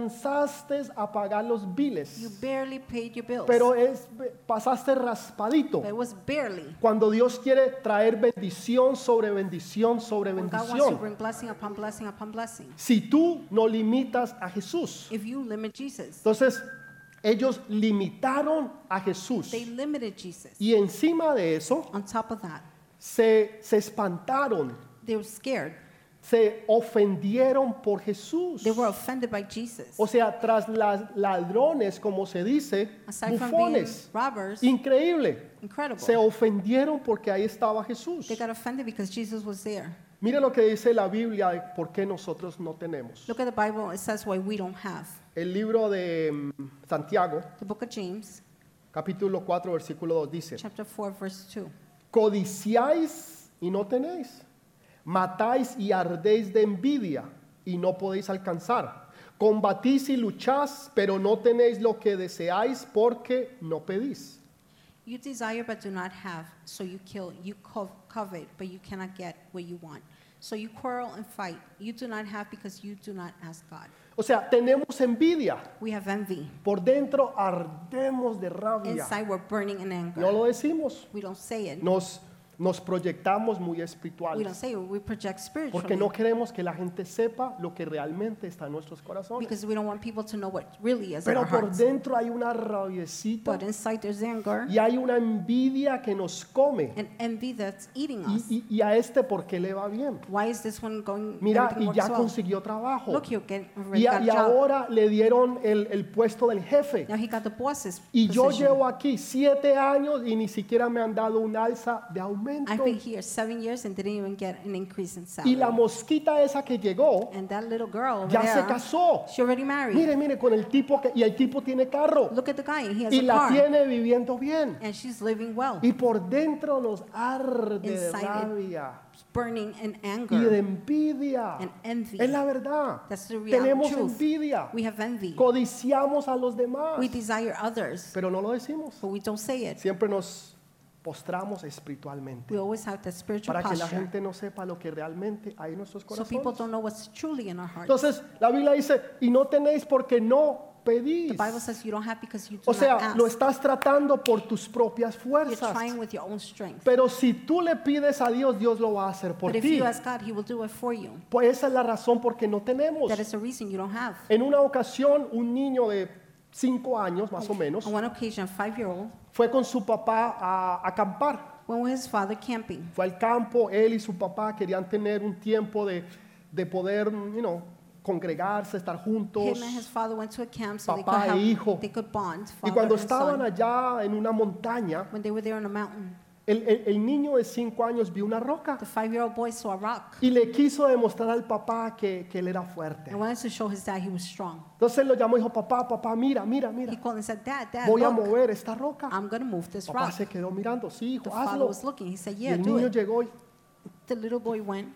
[SPEAKER 1] Alcanzaste a pagar los
[SPEAKER 2] You
[SPEAKER 1] biles.
[SPEAKER 2] barely paid your bills.
[SPEAKER 1] Pero es, pasaste raspadito.
[SPEAKER 2] But it was barely.
[SPEAKER 1] Cuando Dios quiere traer bendición sobre bendición sobre
[SPEAKER 2] When God wants to
[SPEAKER 1] bendición.
[SPEAKER 2] bring blessing upon blessing upon blessing.
[SPEAKER 1] Si tú no limitas a Jesús.
[SPEAKER 2] If you limit Jesus,
[SPEAKER 1] Entonces, ellos limitaron a Jesús.
[SPEAKER 2] they limited Jesus.
[SPEAKER 1] Y encima de eso,
[SPEAKER 2] On top of that,
[SPEAKER 1] se, se espantaron
[SPEAKER 2] they were scared.
[SPEAKER 1] se ofendieron por Jesús.
[SPEAKER 2] They were offended by Jesus.
[SPEAKER 1] O sea, tras las ladrones, como se dice,
[SPEAKER 2] Aside from being
[SPEAKER 1] bufones.
[SPEAKER 2] robbers,
[SPEAKER 1] Increíble. Se
[SPEAKER 2] incredible.
[SPEAKER 1] ofendieron porque ahí estaba Jesús.
[SPEAKER 2] They got offended because Jesus was there.
[SPEAKER 1] Mira lo que dice la Biblia de por qué nosotros no tenemos.
[SPEAKER 2] Look at the Bible. It says why we don't have.
[SPEAKER 1] El libro de mm, Santiago,
[SPEAKER 2] The book of James,
[SPEAKER 1] capítulo 4, versículo 2 dice,
[SPEAKER 2] chapter 4, verse 2.
[SPEAKER 1] codiciáis y no tenéis, matáis y ardéis de envidia y no podéis alcanzar, combatís y lucháis, pero no tenéis lo que deseáis porque no pedís.
[SPEAKER 2] You desire but do not have, so you kill. You co- covet, but you cannot get what you want. So you quarrel and fight. You do not have because you do not ask God.
[SPEAKER 1] O sea, tenemos envidia,
[SPEAKER 2] We have envy.
[SPEAKER 1] por dentro ardemos de rabia.
[SPEAKER 2] Inside, we're burning in anger.
[SPEAKER 1] No lo decimos,
[SPEAKER 2] We don't say it.
[SPEAKER 1] nos, nos proyectamos muy
[SPEAKER 2] We don't
[SPEAKER 1] espirituales,
[SPEAKER 2] say it. We project
[SPEAKER 1] porque no
[SPEAKER 2] spiritually
[SPEAKER 1] queremos que la gente sepa lo que realmente está en nuestros corazones.
[SPEAKER 2] because we don't want people to know what really is in our
[SPEAKER 1] Pero por
[SPEAKER 2] hearts.
[SPEAKER 1] dentro hay una rabiecita
[SPEAKER 2] But inside, there's anger
[SPEAKER 1] y hay una envidia que nos come.
[SPEAKER 2] and envy that's eating us.
[SPEAKER 1] Y, y- y a este, ¿por qué le va bien?
[SPEAKER 2] Why is this one going?
[SPEAKER 1] Mira,
[SPEAKER 2] everything
[SPEAKER 1] y
[SPEAKER 2] works
[SPEAKER 1] ya
[SPEAKER 2] well?
[SPEAKER 1] consiguió trabajo.
[SPEAKER 2] Look, you get
[SPEAKER 1] Y,
[SPEAKER 2] already
[SPEAKER 1] a-
[SPEAKER 2] got
[SPEAKER 1] y
[SPEAKER 2] job.
[SPEAKER 1] ahora le dieron el, el puesto del jefe.
[SPEAKER 2] Now he got the boss's
[SPEAKER 1] Y yo
[SPEAKER 2] position.
[SPEAKER 1] llevo aquí siete años y ni siquiera me han dado un alza de aumento.
[SPEAKER 2] I've been here seven years and didn't even get an increase in
[SPEAKER 1] Y
[SPEAKER 2] salary.
[SPEAKER 1] la mosquita esa que llegó
[SPEAKER 2] And that little girl over
[SPEAKER 1] ya se
[SPEAKER 2] there,
[SPEAKER 1] casó.
[SPEAKER 2] she already married.
[SPEAKER 1] Mire, mire, con el tipo que, y el tipo tiene carro.
[SPEAKER 2] Look at the guy, he has
[SPEAKER 1] Y
[SPEAKER 2] a
[SPEAKER 1] la
[SPEAKER 2] car,
[SPEAKER 1] tiene viviendo bien.
[SPEAKER 2] and she's living well.
[SPEAKER 1] Y por dentro nos arde de
[SPEAKER 2] Inside it.
[SPEAKER 1] rabia
[SPEAKER 2] It's burning in
[SPEAKER 1] y de
[SPEAKER 2] anger
[SPEAKER 1] envidia.
[SPEAKER 2] and envy.
[SPEAKER 1] Es la verdad.
[SPEAKER 2] That's the real
[SPEAKER 1] Tenemos
[SPEAKER 2] truth.
[SPEAKER 1] envidia.
[SPEAKER 2] We have envy.
[SPEAKER 1] Codiciamos a los demás,
[SPEAKER 2] We desire others,
[SPEAKER 1] pero no lo decimos.
[SPEAKER 2] but we don't say it.
[SPEAKER 1] Siempre nos postramos espiritualmente
[SPEAKER 2] We always have that spiritual
[SPEAKER 1] para que la
[SPEAKER 2] posture.
[SPEAKER 1] gente no sepa lo que realmente hay en nuestros
[SPEAKER 2] So people
[SPEAKER 1] corazones.
[SPEAKER 2] don't know what's truly in our hearts.
[SPEAKER 1] Entonces, la Biblia dice, y no tenéis porque no pedís.
[SPEAKER 2] The Bible says you don't have because you do
[SPEAKER 1] O
[SPEAKER 2] not
[SPEAKER 1] sea,
[SPEAKER 2] ask.
[SPEAKER 1] lo estás tratando por tus propias
[SPEAKER 2] You're
[SPEAKER 1] fuerzas.
[SPEAKER 2] trying with your own strength.
[SPEAKER 1] Pero si tú le pides a Dios, Dios lo va a hacer por
[SPEAKER 2] But if
[SPEAKER 1] ti.
[SPEAKER 2] you ask God, He will do it for you.
[SPEAKER 1] Pues esa es la razón por qué no tenemos.
[SPEAKER 2] That is the reason you don't have.
[SPEAKER 1] En una ocasión, un niño de cinco años, más o menos,
[SPEAKER 2] On one occasion, Oh, a five-year-old
[SPEAKER 1] fue con su papá a acampar.
[SPEAKER 2] went with his father camping.
[SPEAKER 1] Fue al campo, él y su papá querían tener un tiempo de, de poder, you know, congregarse, estar juntos.
[SPEAKER 2] Him and his father went to a camp so they could
[SPEAKER 1] Papá e
[SPEAKER 2] have,
[SPEAKER 1] hijo.
[SPEAKER 2] they could bond.
[SPEAKER 1] Y
[SPEAKER 2] Father
[SPEAKER 1] cuando
[SPEAKER 2] and son.
[SPEAKER 1] estaban allá en una montaña,
[SPEAKER 2] When they were there on a mountain,
[SPEAKER 1] el, el- el niño de cinco años vio una roca
[SPEAKER 2] the five-year-old boy saw a rock
[SPEAKER 1] y le quiso demostrar al papá que, que él era fuerte.
[SPEAKER 2] and wanted to show his dad he was strong.
[SPEAKER 1] Entonces él lo llamó y dijo, papá, papá, mira, mira,
[SPEAKER 2] He
[SPEAKER 1] mira,
[SPEAKER 2] called and said, "Dad, Dad,
[SPEAKER 1] voy a
[SPEAKER 2] look,
[SPEAKER 1] mover esta roca.
[SPEAKER 2] I'm gonna move this
[SPEAKER 1] Papá
[SPEAKER 2] rock."
[SPEAKER 1] se quedó mirando, sí,
[SPEAKER 2] The
[SPEAKER 1] hijo,
[SPEAKER 2] father
[SPEAKER 1] hazlo.
[SPEAKER 2] was looking. He said,
[SPEAKER 1] Y
[SPEAKER 2] "Yeah,
[SPEAKER 1] el
[SPEAKER 2] do
[SPEAKER 1] niño
[SPEAKER 2] it."
[SPEAKER 1] llegó y,
[SPEAKER 2] The little boy went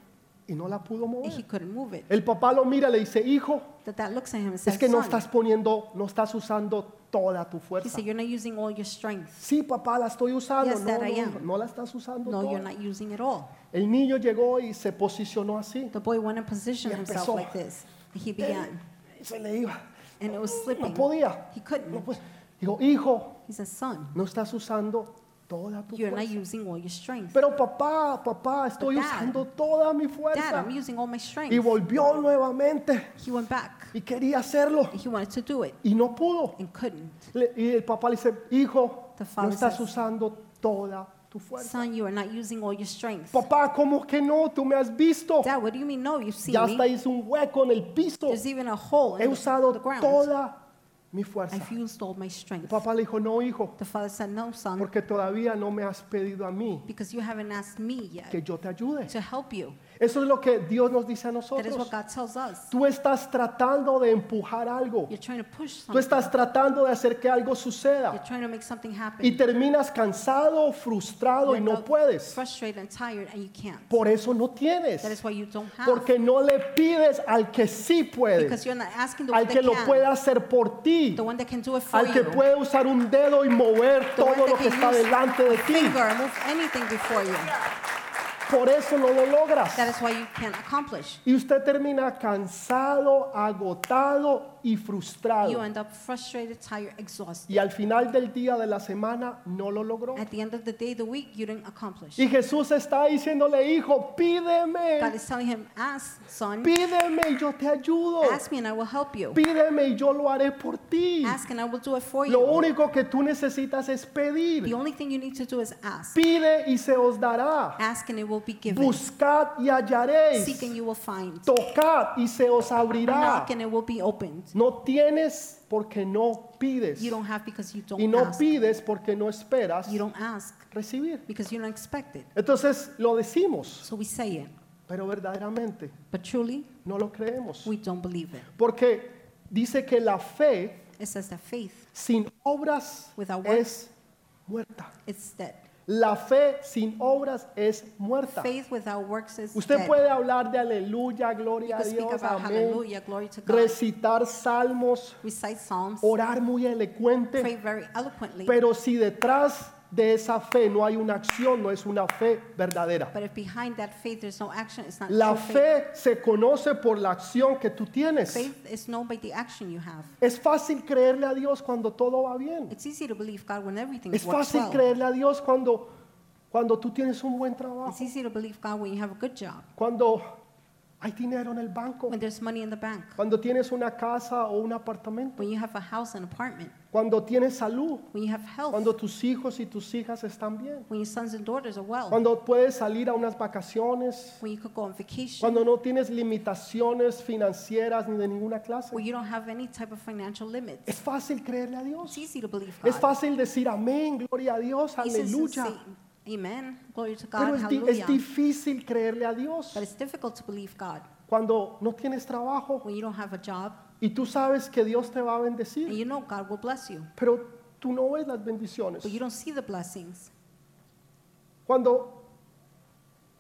[SPEAKER 1] y no la pudo
[SPEAKER 2] and he
[SPEAKER 1] mover.
[SPEAKER 2] couldn't move it.
[SPEAKER 1] El papá lo mira y le dice, hijo,
[SPEAKER 2] The dad looks at him and says,
[SPEAKER 1] es que no
[SPEAKER 2] "Son,"
[SPEAKER 1] estás poniendo, no estás usando toda tu
[SPEAKER 2] he
[SPEAKER 1] fuerza.
[SPEAKER 2] said, "You're not using all your strength.
[SPEAKER 1] Sí, papá, la estoy usando.
[SPEAKER 2] Yes,
[SPEAKER 1] No,
[SPEAKER 2] Dad,
[SPEAKER 1] no,
[SPEAKER 2] I
[SPEAKER 1] hijo,
[SPEAKER 2] am.
[SPEAKER 1] no la estás usando.
[SPEAKER 2] No, you're
[SPEAKER 1] toda.
[SPEAKER 2] not using it all."
[SPEAKER 1] El niño llegó y se posicionó así.
[SPEAKER 2] The boy went and positioned
[SPEAKER 1] Y
[SPEAKER 2] himself
[SPEAKER 1] empezó.
[SPEAKER 2] like this. He began,
[SPEAKER 1] Y se le iba.
[SPEAKER 2] and it was
[SPEAKER 1] No
[SPEAKER 2] slipping.
[SPEAKER 1] podía.
[SPEAKER 2] He
[SPEAKER 1] No,
[SPEAKER 2] couldn't.
[SPEAKER 1] pues, digo, hijo,
[SPEAKER 2] He said, "Son,
[SPEAKER 1] no estás usando toda tu
[SPEAKER 2] you're
[SPEAKER 1] fuerza.
[SPEAKER 2] not using all your strength.
[SPEAKER 1] Pero papá, papá, estoy
[SPEAKER 2] Dad,
[SPEAKER 1] usando toda mi
[SPEAKER 2] Dad,
[SPEAKER 1] fuerza.
[SPEAKER 2] I'm using all my
[SPEAKER 1] Y
[SPEAKER 2] strength."
[SPEAKER 1] volvió nuevamente
[SPEAKER 2] He went back.
[SPEAKER 1] y quería hacerlo
[SPEAKER 2] He wanted to do it
[SPEAKER 1] y no pudo.
[SPEAKER 2] and couldn't.
[SPEAKER 1] Le- Y el papá le dice, hijo,
[SPEAKER 2] The
[SPEAKER 1] no
[SPEAKER 2] father
[SPEAKER 1] estás
[SPEAKER 2] says-
[SPEAKER 1] usando toda tu fuerza.
[SPEAKER 2] Son, you are not using all your strength.
[SPEAKER 1] Papá, ¿cómo que no? Tú me has visto.
[SPEAKER 2] Dad, what do you mean? No, you've seen
[SPEAKER 1] Ya hasta
[SPEAKER 2] me.
[SPEAKER 1] hice un hueco en el piso.
[SPEAKER 2] There's even a hole
[SPEAKER 1] He
[SPEAKER 2] in the,
[SPEAKER 1] usado
[SPEAKER 2] the ground.
[SPEAKER 1] toda mi fuerza.
[SPEAKER 2] I've used all my strength.
[SPEAKER 1] Papá le dijo, no, hijo,
[SPEAKER 2] The father said, No, son,
[SPEAKER 1] porque todavía no me has pedido a mí
[SPEAKER 2] because you haven't asked me yet
[SPEAKER 1] que yo te ayude.
[SPEAKER 2] to help you.
[SPEAKER 1] Eso es lo que Dios nos dice a
[SPEAKER 2] That is
[SPEAKER 1] nosotros.
[SPEAKER 2] what God tells us.
[SPEAKER 1] Tú estás tratando de empujar algo.
[SPEAKER 2] You're trying to push
[SPEAKER 1] Tú
[SPEAKER 2] something.
[SPEAKER 1] estás tratando de hacer que algo
[SPEAKER 2] You're
[SPEAKER 1] suceda
[SPEAKER 2] trying to make something
[SPEAKER 1] y
[SPEAKER 2] happen.
[SPEAKER 1] terminas cansado, frustrado y
[SPEAKER 2] You end
[SPEAKER 1] no
[SPEAKER 2] up
[SPEAKER 1] puedes.
[SPEAKER 2] Frustrated and tired, and you can't.
[SPEAKER 1] Por eso no
[SPEAKER 2] That is
[SPEAKER 1] tienes.
[SPEAKER 2] why you don't have.
[SPEAKER 1] Porque no le pides al que sí puede,
[SPEAKER 2] Because you're not asking the one
[SPEAKER 1] al que
[SPEAKER 2] that
[SPEAKER 1] lo puede
[SPEAKER 2] can,
[SPEAKER 1] hacer por ti,
[SPEAKER 2] the one that can do it for
[SPEAKER 1] al que
[SPEAKER 2] you,
[SPEAKER 1] puede usar un dedo y mover
[SPEAKER 2] the one
[SPEAKER 1] todo
[SPEAKER 2] that
[SPEAKER 1] lo que
[SPEAKER 2] can
[SPEAKER 1] está
[SPEAKER 2] use
[SPEAKER 1] delante de ti.
[SPEAKER 2] finger and move anything before you.
[SPEAKER 1] Por eso no lo logras.
[SPEAKER 2] That is why you can't accomplish.
[SPEAKER 1] Y usted termina cansado, agotado y
[SPEAKER 2] You
[SPEAKER 1] frustrado.
[SPEAKER 2] end up frustrated, tired, exhausted.
[SPEAKER 1] Y al final del día de la semana no lo logró.
[SPEAKER 2] At the end of the day, the week, you didn't accomplish.
[SPEAKER 1] Y Jesús está diciéndole, hijo,
[SPEAKER 2] God
[SPEAKER 1] pídeme,
[SPEAKER 2] is telling him, ask, son,
[SPEAKER 1] pídeme y yo te ayudo.
[SPEAKER 2] ask me and I will help you.
[SPEAKER 1] Pídeme y yo lo haré por ti.
[SPEAKER 2] Ask and I will do it for
[SPEAKER 1] Lo
[SPEAKER 2] you.
[SPEAKER 1] único que tú necesitas es
[SPEAKER 2] The
[SPEAKER 1] pedir.
[SPEAKER 2] only thing you need to do is ask.
[SPEAKER 1] Pide y se os dará.
[SPEAKER 2] Ask and it will be given.
[SPEAKER 1] Buscad y
[SPEAKER 2] Seek and
[SPEAKER 1] hallaréis.
[SPEAKER 2] you will find.
[SPEAKER 1] Tocad y se os abrirá.
[SPEAKER 2] Knock and it will be opened.
[SPEAKER 1] No tienes porque no pides.
[SPEAKER 2] You don't have because you
[SPEAKER 1] Y
[SPEAKER 2] don't
[SPEAKER 1] no
[SPEAKER 2] ask.
[SPEAKER 1] pides porque no esperas
[SPEAKER 2] You don't ask
[SPEAKER 1] recibir.
[SPEAKER 2] because you don't expect it.
[SPEAKER 1] Entonces lo decimos,
[SPEAKER 2] So we say it.
[SPEAKER 1] pero verdaderamente
[SPEAKER 2] But truly,
[SPEAKER 1] no lo creemos.
[SPEAKER 2] we don't believe it.
[SPEAKER 1] Porque dice que la fe
[SPEAKER 2] It says that faith,
[SPEAKER 1] sin obras
[SPEAKER 2] Without works.
[SPEAKER 1] es muerta.
[SPEAKER 2] it's dead.
[SPEAKER 1] La fe sin obras es muerta.
[SPEAKER 2] Faith without works is
[SPEAKER 1] Usted
[SPEAKER 2] dead.
[SPEAKER 1] puede hablar de aleluya, gloria a
[SPEAKER 2] You can speak
[SPEAKER 1] Dios,
[SPEAKER 2] about
[SPEAKER 1] amén,
[SPEAKER 2] hallelujah, glory to God,
[SPEAKER 1] recitar salmos,
[SPEAKER 2] recite psalms,
[SPEAKER 1] orar muy
[SPEAKER 2] pray
[SPEAKER 1] elocuente,
[SPEAKER 2] very eloquently.
[SPEAKER 1] pero si detrás de esa fe no hay una acción, no es una fe verdadera.
[SPEAKER 2] But if behind that faith there's no action, it's not
[SPEAKER 1] La
[SPEAKER 2] true faith.
[SPEAKER 1] fe se conoce por la acción que tú tienes.
[SPEAKER 2] Faith is known by the action you have.
[SPEAKER 1] Es fácil creerle a Dios cuando todo va bien.
[SPEAKER 2] It's easy to believe God when everything
[SPEAKER 1] Es
[SPEAKER 2] works
[SPEAKER 1] fácil
[SPEAKER 2] well.
[SPEAKER 1] creerle a Dios cuando, cuando tú tienes un buen
[SPEAKER 2] It's
[SPEAKER 1] trabajo,
[SPEAKER 2] easy to believe God when you have a good job,
[SPEAKER 1] cuando hay dinero en el banco,
[SPEAKER 2] when there's money in the bank,
[SPEAKER 1] cuando tienes una casa o un apartamento,
[SPEAKER 2] when you have a house and apartment,
[SPEAKER 1] cuando tienes salud,
[SPEAKER 2] when you have health,
[SPEAKER 1] cuando tus hijos y tus hijas están bien,
[SPEAKER 2] when your sons and daughters are well,
[SPEAKER 1] cuando puedes salir a unas vacaciones,
[SPEAKER 2] when you could go on vacation,
[SPEAKER 1] cuando no tienes limitaciones financieras ni de ninguna clase.
[SPEAKER 2] when you don't have any type of financial limits.
[SPEAKER 1] Es fácil creerle a Dios.
[SPEAKER 2] It's easy to believe God.
[SPEAKER 1] Es fácil decir amén, gloria a Dios,
[SPEAKER 2] It's easy to
[SPEAKER 1] aleluya.
[SPEAKER 2] say, Amen. Glory to God.
[SPEAKER 1] Pero es, di- es
[SPEAKER 2] hallelujah.
[SPEAKER 1] difícil creerle a Dios
[SPEAKER 2] But it's difficult to believe God
[SPEAKER 1] cuando no tienes trabajo
[SPEAKER 2] when you don't have a job
[SPEAKER 1] y tú sabes que Dios te va a
[SPEAKER 2] and
[SPEAKER 1] bendecir,
[SPEAKER 2] you know God will bless you,
[SPEAKER 1] pero tú no ves las bendiciones.
[SPEAKER 2] but you don't see the blessings.
[SPEAKER 1] Cuando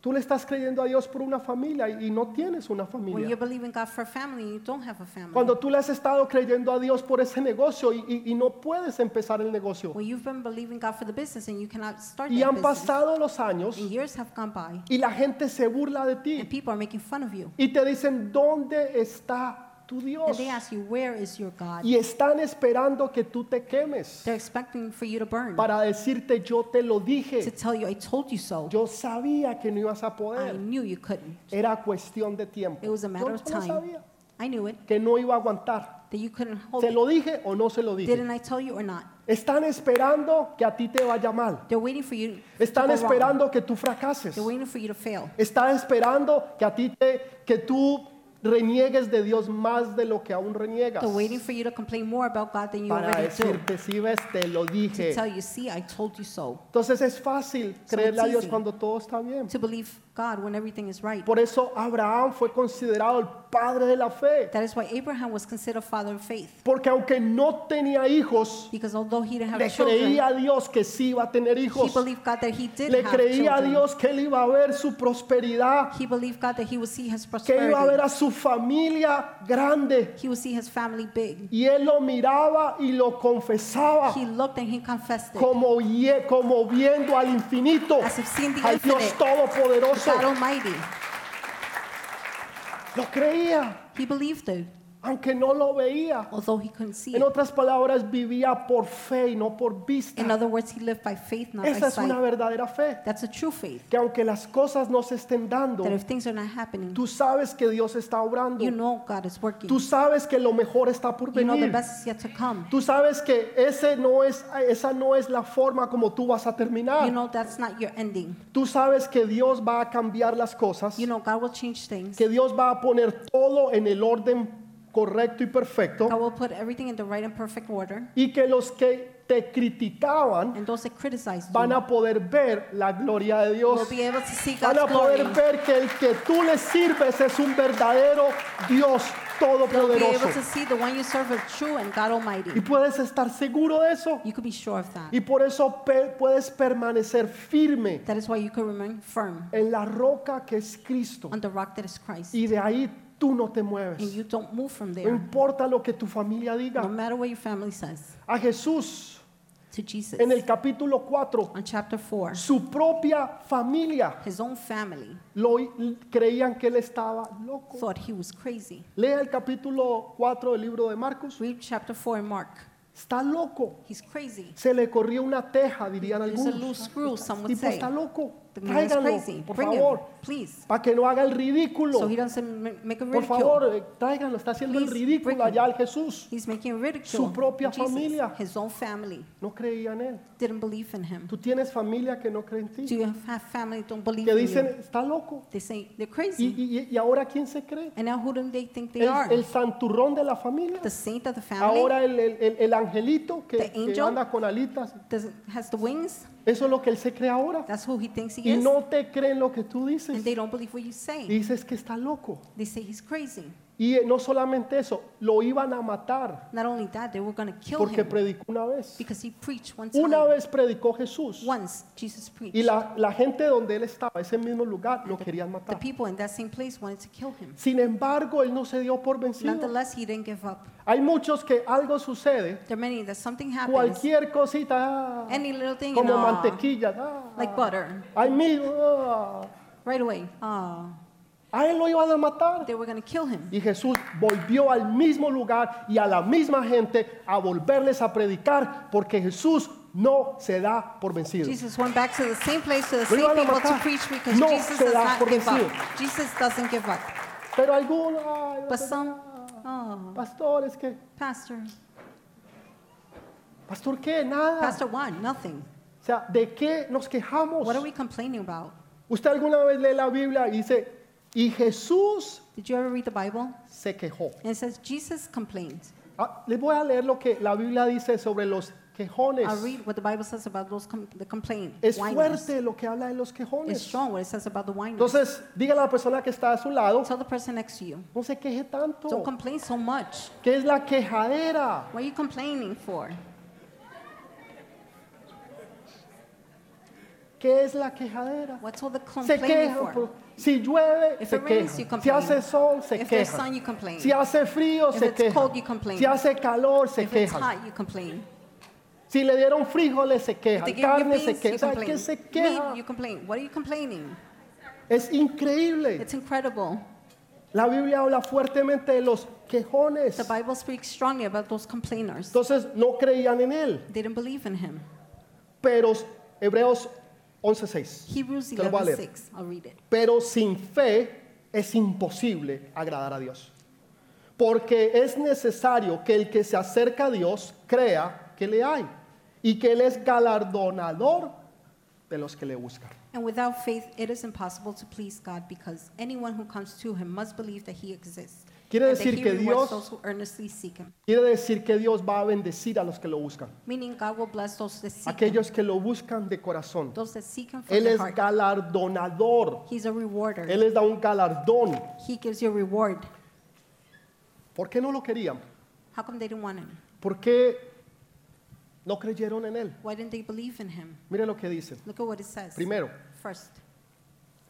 [SPEAKER 1] Tú le estás creyendo a Dios por una familia y y no tienes una
[SPEAKER 2] When you
[SPEAKER 1] familia.
[SPEAKER 2] believe in God for a family and you don't have a family.
[SPEAKER 1] Cuando tú le has estado creyendo a Dios por ese negocio y, y- y no puedes empezar el negocio.
[SPEAKER 2] when you've been believing God for the business and you cannot start
[SPEAKER 1] Y
[SPEAKER 2] that
[SPEAKER 1] han
[SPEAKER 2] business.
[SPEAKER 1] pasado los años
[SPEAKER 2] And years have gone by
[SPEAKER 1] y la gente se burla de
[SPEAKER 2] and
[SPEAKER 1] ti
[SPEAKER 2] people are making fun of you.
[SPEAKER 1] y te dicen, ¿dónde está tu
[SPEAKER 2] And
[SPEAKER 1] Dios?
[SPEAKER 2] they ask you, where is your God?
[SPEAKER 1] Y están esperando que tú te quemes
[SPEAKER 2] They're expecting for you to burn.
[SPEAKER 1] para decirte, yo te lo
[SPEAKER 2] to
[SPEAKER 1] dije,
[SPEAKER 2] tell you, I told you so.
[SPEAKER 1] yo sabía que no ibas a
[SPEAKER 2] I
[SPEAKER 1] poder.
[SPEAKER 2] knew you couldn't.
[SPEAKER 1] Era cuestión de tiempo.
[SPEAKER 2] It was a
[SPEAKER 1] Yo
[SPEAKER 2] matter of
[SPEAKER 1] no
[SPEAKER 2] time.
[SPEAKER 1] sabía
[SPEAKER 2] I knew it,
[SPEAKER 1] que no iba a aguantar.
[SPEAKER 2] that you couldn't hold
[SPEAKER 1] ¿Se
[SPEAKER 2] it.
[SPEAKER 1] lo dije o no se lo dije?
[SPEAKER 2] Didn't I tell you or not?
[SPEAKER 1] Están esperando que a ti te vaya mal.
[SPEAKER 2] They're waiting for you to
[SPEAKER 1] Están
[SPEAKER 2] go wrong.
[SPEAKER 1] esperando que tú fracases.
[SPEAKER 2] They're waiting for you to fail.
[SPEAKER 1] Están esperando que a ti te, que tú reniegues de Dios más de lo que aún reniegas.
[SPEAKER 2] They're waiting for you to complain more about God than you
[SPEAKER 1] Para
[SPEAKER 2] already do.
[SPEAKER 1] decirte, si ves, te lo
[SPEAKER 2] To
[SPEAKER 1] dije.
[SPEAKER 2] tell you, see, I told you so.
[SPEAKER 1] Entonces es fácil
[SPEAKER 2] So
[SPEAKER 1] creerle a
[SPEAKER 2] it's
[SPEAKER 1] Dios
[SPEAKER 2] easy.
[SPEAKER 1] cuando todo está bien.
[SPEAKER 2] To believe God when everything is right.
[SPEAKER 1] Por eso Abraham fue considerado el padre de la fe.
[SPEAKER 2] That is why Abraham was considered father of faith.
[SPEAKER 1] Porque aunque no tenía hijos,
[SPEAKER 2] Because although he didn't
[SPEAKER 1] le
[SPEAKER 2] have children,
[SPEAKER 1] creía a Dios que sí iba a tener
[SPEAKER 2] he
[SPEAKER 1] hijos.
[SPEAKER 2] believed God that he did
[SPEAKER 1] Le
[SPEAKER 2] have
[SPEAKER 1] creía a
[SPEAKER 2] children.
[SPEAKER 1] Dios que él iba a ver su prosperidad,
[SPEAKER 2] He believed God that he would see his
[SPEAKER 1] que iba a ver
[SPEAKER 2] prosperity.
[SPEAKER 1] a su familia grande.
[SPEAKER 2] He would see his family big.
[SPEAKER 1] Y él lo miraba y lo confesaba.
[SPEAKER 2] He looked and he confessed it.
[SPEAKER 1] Ah. como, vie- como viendo al infinito,
[SPEAKER 2] As if seeing the
[SPEAKER 1] al Dios
[SPEAKER 2] infinite.
[SPEAKER 1] Todopoderoso.
[SPEAKER 2] God Almighty.
[SPEAKER 1] Lo creía,
[SPEAKER 2] He believed it,
[SPEAKER 1] aunque no lo veía.
[SPEAKER 2] although he couldn't see
[SPEAKER 1] En
[SPEAKER 2] it.
[SPEAKER 1] otras palabras, vivía por fe y no por vista.
[SPEAKER 2] In other words, he lived by faith, not
[SPEAKER 1] Esa
[SPEAKER 2] by
[SPEAKER 1] es una
[SPEAKER 2] sight.
[SPEAKER 1] verdadera fe,
[SPEAKER 2] That's a true faith.
[SPEAKER 1] que aunque las cosas no se estén dando,
[SPEAKER 2] That if things are not happening,
[SPEAKER 1] tú sabes que Dios está obrando.
[SPEAKER 2] you know God is working.
[SPEAKER 1] Tú sabes que lo mejor está por
[SPEAKER 2] You know the
[SPEAKER 1] venir.
[SPEAKER 2] best is yet to come.
[SPEAKER 1] Tú sabes que ese no es, esa no es la forma como tú vas a
[SPEAKER 2] You
[SPEAKER 1] terminar.
[SPEAKER 2] know that's not your ending.
[SPEAKER 1] Tú sabes que Dios va a cambiar las cosas.
[SPEAKER 2] You know God will change things.
[SPEAKER 1] que Dios va a poner todo en el orden correcto y perfecto
[SPEAKER 2] God will put everything in the right and perfect order.
[SPEAKER 1] y que los que te criticaban
[SPEAKER 2] And those that criticize
[SPEAKER 1] van
[SPEAKER 2] you
[SPEAKER 1] a poder ver la gloria de Dios.
[SPEAKER 2] will be able to see
[SPEAKER 1] Van a
[SPEAKER 2] God's
[SPEAKER 1] poder
[SPEAKER 2] glory.
[SPEAKER 1] ver que el que tú les sirves es un verdadero Dios
[SPEAKER 2] They'll be able
[SPEAKER 1] todopoderoso.
[SPEAKER 2] to see the one you serve is true and God
[SPEAKER 1] Y
[SPEAKER 2] Almighty.
[SPEAKER 1] puedes estar seguro de eso.
[SPEAKER 2] You could be sure of that.
[SPEAKER 1] Y por eso pe- puedes permanecer firme
[SPEAKER 2] That is why you could remain firm
[SPEAKER 1] en la roca que es Cristo.
[SPEAKER 2] on the rock that is Christ.
[SPEAKER 1] Y de ahí tú no te
[SPEAKER 2] And
[SPEAKER 1] mueves.
[SPEAKER 2] you don't move from
[SPEAKER 1] No
[SPEAKER 2] there,
[SPEAKER 1] importa lo que tu familia
[SPEAKER 2] no
[SPEAKER 1] diga.
[SPEAKER 2] matter what your family says,
[SPEAKER 1] A Jesús
[SPEAKER 2] to Jesus.
[SPEAKER 1] en el capítulo 4
[SPEAKER 2] On chapter 4,
[SPEAKER 1] su propia familia
[SPEAKER 2] his own family
[SPEAKER 1] lo creían que él estaba loco.
[SPEAKER 2] thought he was crazy.
[SPEAKER 1] Lea el capítulo 4 del libro de Marcos.
[SPEAKER 2] Read chapter 4 in Mark.
[SPEAKER 1] Está loco.
[SPEAKER 2] He's crazy.
[SPEAKER 1] Se le corrió una teja, dirían
[SPEAKER 2] There's a loose
[SPEAKER 1] algunos.
[SPEAKER 2] screw, some would
[SPEAKER 1] Tipo
[SPEAKER 2] say.
[SPEAKER 1] está loco.
[SPEAKER 2] The man is
[SPEAKER 1] Tráiganlo,
[SPEAKER 2] crazy.
[SPEAKER 1] por
[SPEAKER 2] Bring him,
[SPEAKER 1] favor,
[SPEAKER 2] please.
[SPEAKER 1] para que no haga el ridículo.
[SPEAKER 2] So he doesn't ma- make a
[SPEAKER 1] Por
[SPEAKER 2] ridicule.
[SPEAKER 1] favor, eh, tráiganlo. Está haciendo el
[SPEAKER 2] Please,
[SPEAKER 1] ridículo
[SPEAKER 2] bring
[SPEAKER 1] allá al Jesús.
[SPEAKER 2] He's making a ridicule.
[SPEAKER 1] Su propia
[SPEAKER 2] of Jesus,
[SPEAKER 1] familia.
[SPEAKER 2] His own family
[SPEAKER 1] No creían en él.
[SPEAKER 2] didn't believe in him.
[SPEAKER 1] Tú tienes familia que no cree en
[SPEAKER 2] Do
[SPEAKER 1] ti,
[SPEAKER 2] you have family that don't believe
[SPEAKER 1] que
[SPEAKER 2] in you?
[SPEAKER 1] dicen está loco.
[SPEAKER 2] They say they're
[SPEAKER 1] Y,
[SPEAKER 2] crazy.
[SPEAKER 1] y- y ahora quién se cree?
[SPEAKER 2] And now who do they think they
[SPEAKER 1] El,
[SPEAKER 2] are?
[SPEAKER 1] el santurrón de la familia.
[SPEAKER 2] The saint of the family
[SPEAKER 1] Ahora el, el- el- el angelito que,
[SPEAKER 2] The
[SPEAKER 1] que
[SPEAKER 2] angel.
[SPEAKER 1] anda con alitas,
[SPEAKER 2] doesn't, has the wings.
[SPEAKER 1] eso es lo que él se cree ahora.
[SPEAKER 2] That's who he thinks he
[SPEAKER 1] Y
[SPEAKER 2] is.
[SPEAKER 1] no te creen lo que tú
[SPEAKER 2] And
[SPEAKER 1] dices.
[SPEAKER 2] they don't believe what you say.
[SPEAKER 1] Dices que está loco.
[SPEAKER 2] They say he's crazy.
[SPEAKER 1] Y eh, no solamente eso, lo iban a matar
[SPEAKER 2] Not only that, they were going to kill
[SPEAKER 1] porque
[SPEAKER 2] him
[SPEAKER 1] predicó una vez.
[SPEAKER 2] because he preached one time.
[SPEAKER 1] Una vez predicó Jesús
[SPEAKER 2] Once Jesus preached.
[SPEAKER 1] y la, la gente donde él estaba, ese mismo lugar, lo querían
[SPEAKER 2] the
[SPEAKER 1] matar.
[SPEAKER 2] people in that same place wanted to kill him.
[SPEAKER 1] Sin embargo, él no se dio por vencido.
[SPEAKER 2] Nonetheless, he didn't give up.
[SPEAKER 1] Hay muchos que algo sucede,
[SPEAKER 2] There are many that something happens,
[SPEAKER 1] cualquier cosita, ah,
[SPEAKER 2] any little thing, and,
[SPEAKER 1] como
[SPEAKER 2] "Aw,"
[SPEAKER 1] mantequilla, ah,
[SPEAKER 2] like butter,
[SPEAKER 1] ay mi, ah.
[SPEAKER 2] right away. Ah,
[SPEAKER 1] A él lo iban a matar.
[SPEAKER 2] they were going to kill him.
[SPEAKER 1] Y Jesús volvió al mismo lugar y a la misma gente a volverles a predicar porque Jesús no se da por vencido.
[SPEAKER 2] Jesus went back to the same place to the
[SPEAKER 1] Lo
[SPEAKER 2] same
[SPEAKER 1] iban a
[SPEAKER 2] people to
[SPEAKER 1] matar.
[SPEAKER 2] preach because
[SPEAKER 1] No
[SPEAKER 2] Jesus
[SPEAKER 1] se
[SPEAKER 2] does
[SPEAKER 1] da
[SPEAKER 2] not
[SPEAKER 1] por
[SPEAKER 2] give up.
[SPEAKER 1] vencido.
[SPEAKER 2] Jesus doesn't give up.
[SPEAKER 1] Pero algunos, ay,
[SPEAKER 2] But some, oh,
[SPEAKER 1] pastores que,
[SPEAKER 2] pastor,
[SPEAKER 1] pastor qué, nada.
[SPEAKER 2] pastor one, nothing.
[SPEAKER 1] O sea, ¿de qué nos quejamos?
[SPEAKER 2] What are we complaining about?
[SPEAKER 1] Usted alguna vez lee la Biblia y dice, y Jesús
[SPEAKER 2] Did you ever read the Bible?
[SPEAKER 1] se quejó.
[SPEAKER 2] And it says Jesus complained.
[SPEAKER 1] Ah, les voy a leer lo que la Biblia dice sobre los quejones.
[SPEAKER 2] I'll read what the Bible says about those com- the complaint.
[SPEAKER 1] Es
[SPEAKER 2] whiners.
[SPEAKER 1] fuerte lo que habla de los
[SPEAKER 2] It's
[SPEAKER 1] quejones.
[SPEAKER 2] strong what it says about the whiners.
[SPEAKER 1] Entonces, dígale a la persona que está a su lado,
[SPEAKER 2] Tell the person next to you.
[SPEAKER 1] No se queje tanto.
[SPEAKER 2] Don't complain so much.
[SPEAKER 1] ¿Qué es la quejadera?
[SPEAKER 2] What are you complaining for?
[SPEAKER 1] ¿Qué es la quejadera?
[SPEAKER 2] What's all the
[SPEAKER 1] Se
[SPEAKER 2] complaining
[SPEAKER 1] quejan.
[SPEAKER 2] for?
[SPEAKER 1] por- Si llueve,
[SPEAKER 2] If
[SPEAKER 1] se
[SPEAKER 2] it rains, you
[SPEAKER 1] quejan. Si
[SPEAKER 2] complain.
[SPEAKER 1] hace sol, se
[SPEAKER 2] If there's sun,
[SPEAKER 1] quejan.
[SPEAKER 2] you complain.
[SPEAKER 1] Si hace frío,
[SPEAKER 2] If
[SPEAKER 1] se
[SPEAKER 2] it's cold, you
[SPEAKER 1] quejan.
[SPEAKER 2] complain.
[SPEAKER 1] Si hace calor, se
[SPEAKER 2] If it's
[SPEAKER 1] quejan.
[SPEAKER 2] hot, you complain.
[SPEAKER 1] Si le dieron frijoles, se
[SPEAKER 2] If
[SPEAKER 1] quejan.
[SPEAKER 2] they give you
[SPEAKER 1] Carne, se
[SPEAKER 2] beans, you
[SPEAKER 1] quejan. ¿Sabe qué
[SPEAKER 2] complain.
[SPEAKER 1] se
[SPEAKER 2] Meat,
[SPEAKER 1] queja?
[SPEAKER 2] you complain. What are you complaining?
[SPEAKER 1] Es increíble.
[SPEAKER 2] It's incredible.
[SPEAKER 1] La Biblia habla fuertemente de los quejones.
[SPEAKER 2] The Bible speaks strongly about those complainers.
[SPEAKER 1] Entonces no creían en él.
[SPEAKER 2] They didn't believe in him.
[SPEAKER 1] Pero Hebreos 11:6.
[SPEAKER 2] Hebrews
[SPEAKER 1] Te lo voy a leer.
[SPEAKER 2] 11:6. I'll read it.
[SPEAKER 1] Pero sin fe es imposible agradar a Dios. Porque es necesario que el que se acerca a Dios crea que le hay y que Él es galardonador de los que le buscan.
[SPEAKER 2] And without faith, it is impossible to please God because anyone who comes to him must believe that he exists.
[SPEAKER 1] Quiere
[SPEAKER 2] and that
[SPEAKER 1] decir
[SPEAKER 2] he
[SPEAKER 1] que Dios-
[SPEAKER 2] rewards those who earnestly seek him.
[SPEAKER 1] Quiere decir que Dios va a bendecir a los que lo buscan.
[SPEAKER 2] Meaning God will bless those that seek him.
[SPEAKER 1] Aquellos que lo buscan de corazón.
[SPEAKER 2] Those that seek him from
[SPEAKER 1] Él
[SPEAKER 2] their
[SPEAKER 1] es
[SPEAKER 2] heart.
[SPEAKER 1] galardonador.
[SPEAKER 2] He's a rewarder.
[SPEAKER 1] Él les da un galardón.
[SPEAKER 2] He gives you a reward.
[SPEAKER 1] ¿Por qué no lo querían?
[SPEAKER 2] How come they didn't want him?
[SPEAKER 1] ¿Por qué no creyeron en Él?
[SPEAKER 2] Why didn't they believe in him?
[SPEAKER 1] Mire lo que dice.
[SPEAKER 2] Look at what it says.
[SPEAKER 1] Primero,
[SPEAKER 2] First,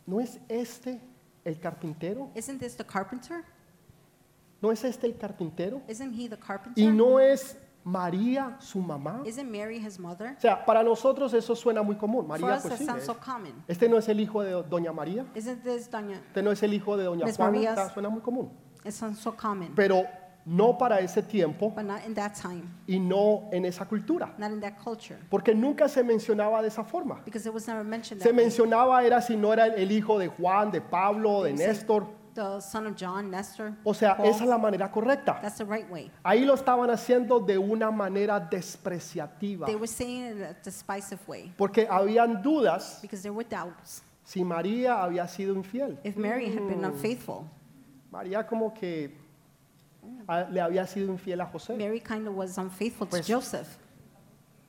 [SPEAKER 1] ¿no es este el carpintero?
[SPEAKER 2] isn't this the carpenter?
[SPEAKER 1] ¿No es este el carpintero?
[SPEAKER 2] Isn't he the carpenter?
[SPEAKER 1] ¿Y no es María su mamá?
[SPEAKER 2] Isn't Mary his mother?
[SPEAKER 1] O sea, para nosotros eso suena muy común.
[SPEAKER 2] For
[SPEAKER 1] María,
[SPEAKER 2] us,
[SPEAKER 1] pues
[SPEAKER 2] that
[SPEAKER 1] sí. eh.
[SPEAKER 2] sounds
[SPEAKER 1] es.
[SPEAKER 2] so common.
[SPEAKER 1] Este no es el hijo de Doña María.
[SPEAKER 2] Isn't this Doña?
[SPEAKER 1] Este no es el hijo de Doña
[SPEAKER 2] Miss
[SPEAKER 1] Juana.
[SPEAKER 2] María's-
[SPEAKER 1] Está- suena muy común.
[SPEAKER 2] It sounds so common,
[SPEAKER 1] Pero no para ese tiempo
[SPEAKER 2] but not in that time,
[SPEAKER 1] y no en esa cultura.
[SPEAKER 2] not in that culture,
[SPEAKER 1] Porque nunca se mencionaba de esa forma.
[SPEAKER 2] because it was never mentioned.
[SPEAKER 1] Se
[SPEAKER 2] That way.
[SPEAKER 1] mencionaba era si no era el hijo de Juan, de Pablo, de
[SPEAKER 2] They say
[SPEAKER 1] Néstor.
[SPEAKER 2] The son of John, Nestor.
[SPEAKER 1] O sea,
[SPEAKER 2] Paul.
[SPEAKER 1] esa es la manera correcta.
[SPEAKER 2] That's the right way.
[SPEAKER 1] Ahí lo estaban haciendo de una manera despreciativa,
[SPEAKER 2] They were saying it in a despisive way
[SPEAKER 1] porque habían dudas
[SPEAKER 2] because there were doubts
[SPEAKER 1] si María había sido infiel.
[SPEAKER 2] if Mary had
[SPEAKER 1] Hmm.
[SPEAKER 2] been unfaithful.
[SPEAKER 1] María como que ah, le había sido infiel a José.
[SPEAKER 2] Mary kind of was unfaithful to
[SPEAKER 1] Pues-
[SPEAKER 2] Joseph.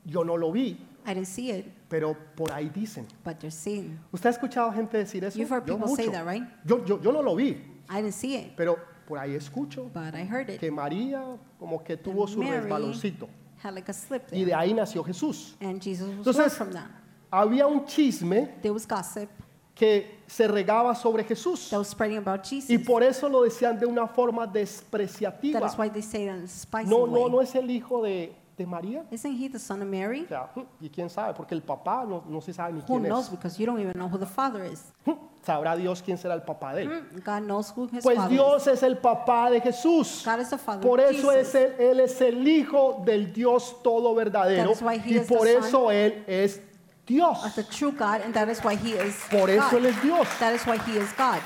[SPEAKER 1] Yo no lo vi,
[SPEAKER 2] I didn't see it,
[SPEAKER 1] pero por ahí dicen.
[SPEAKER 2] but they're saying
[SPEAKER 1] ¿Usted ha escuchado gente decir eso?
[SPEAKER 2] You've heard
[SPEAKER 1] Yo
[SPEAKER 2] people say
[SPEAKER 1] mucho.
[SPEAKER 2] that, right?
[SPEAKER 1] Yo, yo, yo no lo vi,
[SPEAKER 2] I didn't see it,
[SPEAKER 1] pero por ahí escucho
[SPEAKER 2] but I heard it.
[SPEAKER 1] que María como que tuvo su
[SPEAKER 2] Mary-
[SPEAKER 1] resbaloncito
[SPEAKER 2] Had like a slip
[SPEAKER 1] y
[SPEAKER 2] there,
[SPEAKER 1] de ahí nació Jesús.
[SPEAKER 2] and Jesus was
[SPEAKER 1] Entonces-
[SPEAKER 2] born from that.
[SPEAKER 1] Había un chisme
[SPEAKER 2] There was gossip
[SPEAKER 1] que se regaba sobre Jesús.
[SPEAKER 2] that was spreading about
[SPEAKER 1] Y
[SPEAKER 2] Jesus.
[SPEAKER 1] por eso lo decían de una forma
[SPEAKER 2] That
[SPEAKER 1] despreciativa.
[SPEAKER 2] is why they say it in a spicy
[SPEAKER 1] No,
[SPEAKER 2] way.
[SPEAKER 1] no, no es el hijo de, de María.
[SPEAKER 2] Isn't he the son of Mary?
[SPEAKER 1] O sea, hmm, y quién sabe, porque el papá no, no se sabe ni
[SPEAKER 2] Who
[SPEAKER 1] quién
[SPEAKER 2] knows?
[SPEAKER 1] es.
[SPEAKER 2] Because you don't even know who the father is.
[SPEAKER 1] Hmm, Sabrá Dios quién será el papá de él.
[SPEAKER 2] Hmm, God knows who his
[SPEAKER 1] Pues
[SPEAKER 2] father
[SPEAKER 1] Dios es el papá de Jesús.
[SPEAKER 2] is. God is the father
[SPEAKER 1] Por
[SPEAKER 2] of
[SPEAKER 1] eso
[SPEAKER 2] Jesus.
[SPEAKER 1] es él, él es el hijo del Dios todo verdadero
[SPEAKER 2] That's why
[SPEAKER 1] y
[SPEAKER 2] he is the
[SPEAKER 1] por
[SPEAKER 2] son.
[SPEAKER 1] eso él es Dios.
[SPEAKER 2] Of the true God, and that is why he is
[SPEAKER 1] Por eso
[SPEAKER 2] God.
[SPEAKER 1] él es Dios.
[SPEAKER 2] That is why he is God.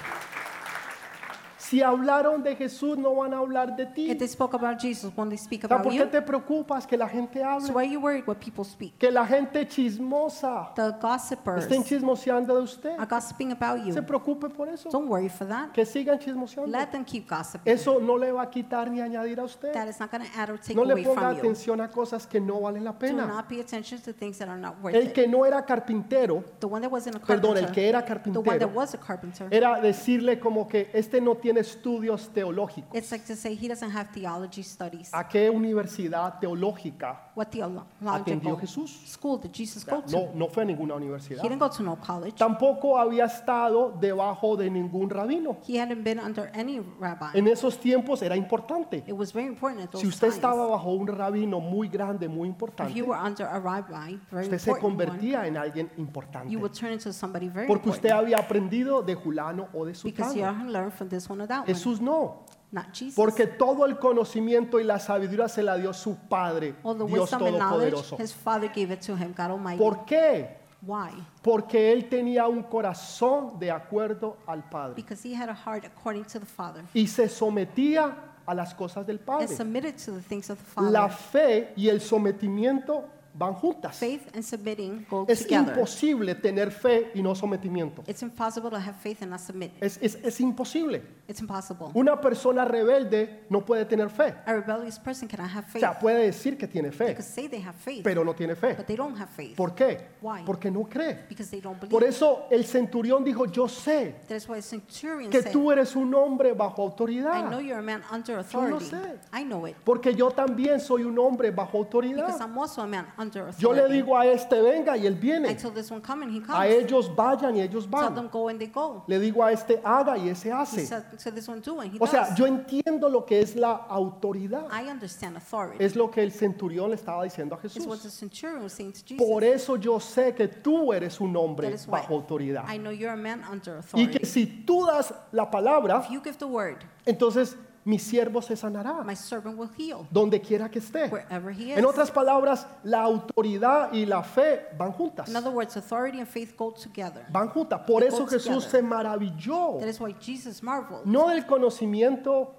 [SPEAKER 1] Si hablaron de Jesús no van a hablar de ti.
[SPEAKER 2] If they spoke about Jesus, when they speak
[SPEAKER 1] O sea,
[SPEAKER 2] about
[SPEAKER 1] ¿Por qué
[SPEAKER 2] you,
[SPEAKER 1] te preocupas que la gente
[SPEAKER 2] so
[SPEAKER 1] hable?
[SPEAKER 2] why are you worried what people speak?
[SPEAKER 1] Que la gente chismosa
[SPEAKER 2] The gossipers
[SPEAKER 1] estén chismoseando de usted.
[SPEAKER 2] are gossiping about
[SPEAKER 1] Se
[SPEAKER 2] you.
[SPEAKER 1] preocupe por eso.
[SPEAKER 2] Don't worry for that.
[SPEAKER 1] Que sigan chismoseando.
[SPEAKER 2] Let them keep gossiping.
[SPEAKER 1] Eso no le va a quitar ni añadir a usted.
[SPEAKER 2] That is not going to add or take
[SPEAKER 1] No le
[SPEAKER 2] away
[SPEAKER 1] ponga
[SPEAKER 2] from you.
[SPEAKER 1] atención a cosas que no valen la
[SPEAKER 2] Do
[SPEAKER 1] pena.
[SPEAKER 2] not pay attention to things that are not worth
[SPEAKER 1] El
[SPEAKER 2] it.
[SPEAKER 1] que no era carpintero
[SPEAKER 2] The one that wasn't a
[SPEAKER 1] Perdón, el
[SPEAKER 2] carpenter.
[SPEAKER 1] que era
[SPEAKER 2] The one
[SPEAKER 1] carpintero.
[SPEAKER 2] that was a carpenter.
[SPEAKER 1] era decirle como que este no tiene estudios teológicos.
[SPEAKER 2] It's like to say he doesn't have theology studies.
[SPEAKER 1] ¿A qué universidad teológica?
[SPEAKER 2] What theological
[SPEAKER 1] Atendió Jesús.
[SPEAKER 2] school did Jesus
[SPEAKER 1] O sea,
[SPEAKER 2] go to?
[SPEAKER 1] no, no fue a ninguna
[SPEAKER 2] He
[SPEAKER 1] universidad.
[SPEAKER 2] didn't go to no college.
[SPEAKER 1] Tampoco había estado debajo de ningún rabino.
[SPEAKER 2] He hadn't been under any rabbi.
[SPEAKER 1] En esos tiempos era importante.
[SPEAKER 2] It was very important at those
[SPEAKER 1] Si usted estaba
[SPEAKER 2] times.
[SPEAKER 1] bajo un rabino muy grande, muy
[SPEAKER 2] If
[SPEAKER 1] importante,
[SPEAKER 2] you were under a rabbi, very
[SPEAKER 1] usted se
[SPEAKER 2] important one,
[SPEAKER 1] convertía en alguien importante.
[SPEAKER 2] you would turn into somebody very
[SPEAKER 1] Porque usted
[SPEAKER 2] important.
[SPEAKER 1] había aprendido de Julano o de
[SPEAKER 2] Because you
[SPEAKER 1] Sutano.
[SPEAKER 2] haven't learned from this one or that one,
[SPEAKER 1] Jesús no.
[SPEAKER 2] not Jesus.
[SPEAKER 1] Porque todo el conocimiento y la sabiduría se la dio su Padre,
[SPEAKER 2] All the
[SPEAKER 1] Dios
[SPEAKER 2] wisdom and knowledge,
[SPEAKER 1] Todopoderoso.
[SPEAKER 2] his father gave it to him, God Almighty.
[SPEAKER 1] ¿Por qué?
[SPEAKER 2] Why?
[SPEAKER 1] Porque él tenía un corazón de acuerdo al Padre
[SPEAKER 2] Because he had a heart according to the Father
[SPEAKER 1] y se sometía a las cosas del
[SPEAKER 2] and
[SPEAKER 1] Padre.
[SPEAKER 2] submitted to the things of the
[SPEAKER 1] La
[SPEAKER 2] Father.
[SPEAKER 1] fe y el sometimiento van juntas.
[SPEAKER 2] Faith and submitting go
[SPEAKER 1] Es
[SPEAKER 2] together.
[SPEAKER 1] imposible tener fe y no sometimiento.
[SPEAKER 2] It's impossible to have faith and not submit.
[SPEAKER 1] Es, es- es imposible.
[SPEAKER 2] It's impossible.
[SPEAKER 1] Una persona rebelde no puede tener fe.
[SPEAKER 2] A rebellious person cannot have
[SPEAKER 1] O
[SPEAKER 2] faith.
[SPEAKER 1] sea, puede decir que tiene fe,
[SPEAKER 2] They could say they have faith,
[SPEAKER 1] pero no tiene fe.
[SPEAKER 2] but they don't have faith
[SPEAKER 1] ¿Por qué?
[SPEAKER 2] Why?
[SPEAKER 1] Porque no cree.
[SPEAKER 2] because they don't
[SPEAKER 1] Por
[SPEAKER 2] believe.
[SPEAKER 1] eso el centurión dijo, yo sé
[SPEAKER 2] That's why a centurion
[SPEAKER 1] que
[SPEAKER 2] said,
[SPEAKER 1] tú eres un hombre bajo
[SPEAKER 2] I know
[SPEAKER 1] autoridad,
[SPEAKER 2] you're a man under authority.
[SPEAKER 1] sé.
[SPEAKER 2] I know it
[SPEAKER 1] porque yo también soy un hombre bajo
[SPEAKER 2] because
[SPEAKER 1] autoridad.
[SPEAKER 2] I'm also a man under
[SPEAKER 1] Yo le
[SPEAKER 2] authority.
[SPEAKER 1] digo a este venga y él
[SPEAKER 2] I
[SPEAKER 1] viene.
[SPEAKER 2] tell this one come and he comes.
[SPEAKER 1] A ellos vayan y ellos
[SPEAKER 2] tell them
[SPEAKER 1] van.
[SPEAKER 2] go and they go.
[SPEAKER 1] Le digo a este haga y ese
[SPEAKER 2] He
[SPEAKER 1] hace.
[SPEAKER 2] said to this one do and he
[SPEAKER 1] O sea,
[SPEAKER 2] does.
[SPEAKER 1] yo entiendo lo que es la autoridad.
[SPEAKER 2] I understand authority.
[SPEAKER 1] Es lo que el centurión le estaba diciendo a
[SPEAKER 2] It's what the
[SPEAKER 1] Jesús.
[SPEAKER 2] centurion was saying to Jesus.
[SPEAKER 1] Por eso yo sé que tú eres un hombre
[SPEAKER 2] That is why
[SPEAKER 1] bajo autoridad.
[SPEAKER 2] I know you're a man under
[SPEAKER 1] Y
[SPEAKER 2] authority.
[SPEAKER 1] que si tú das la palabra,
[SPEAKER 2] if you give the word,
[SPEAKER 1] entonces mi siervo se sanará
[SPEAKER 2] my servant will heal
[SPEAKER 1] donde quiera que esté.
[SPEAKER 2] wherever he is.
[SPEAKER 1] En otras palabras, la autoridad y la fe van juntas.
[SPEAKER 2] In other words, authority and faith go together.
[SPEAKER 1] Van juntas. Por eso
[SPEAKER 2] go
[SPEAKER 1] Jesús
[SPEAKER 2] together.
[SPEAKER 1] se maravilló.
[SPEAKER 2] That is why Jesus marveled.
[SPEAKER 1] No del conocimiento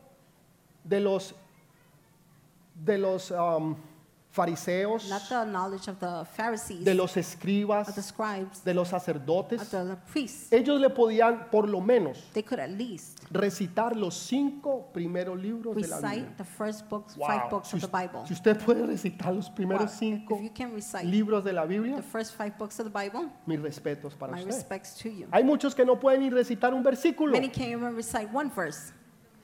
[SPEAKER 1] de los, de los um, fariseos,
[SPEAKER 2] Not the knowledge of the Pharisees,
[SPEAKER 1] de los
[SPEAKER 2] of the
[SPEAKER 1] escribas,
[SPEAKER 2] scribes,
[SPEAKER 1] de los
[SPEAKER 2] of
[SPEAKER 1] sacerdotes.
[SPEAKER 2] the priests.
[SPEAKER 1] Ellos le podían, por lo menos,
[SPEAKER 2] They could at least
[SPEAKER 1] recitar los cinco primeros libros de la Biblia.
[SPEAKER 2] recite the first books,
[SPEAKER 1] Wow.
[SPEAKER 2] five books
[SPEAKER 1] Si
[SPEAKER 2] of the
[SPEAKER 1] us-
[SPEAKER 2] Bible.
[SPEAKER 1] si usted puede recitar los
[SPEAKER 2] Wow.
[SPEAKER 1] primeros cinco
[SPEAKER 2] If you can recite
[SPEAKER 1] libros de la Biblia,
[SPEAKER 2] the first five books of the Bible,
[SPEAKER 1] mis respetos para
[SPEAKER 2] my
[SPEAKER 1] usted.
[SPEAKER 2] respects to you.
[SPEAKER 1] Hay muchos que no pueden ni recitar un versículo,
[SPEAKER 2] Many can't even recite one verse.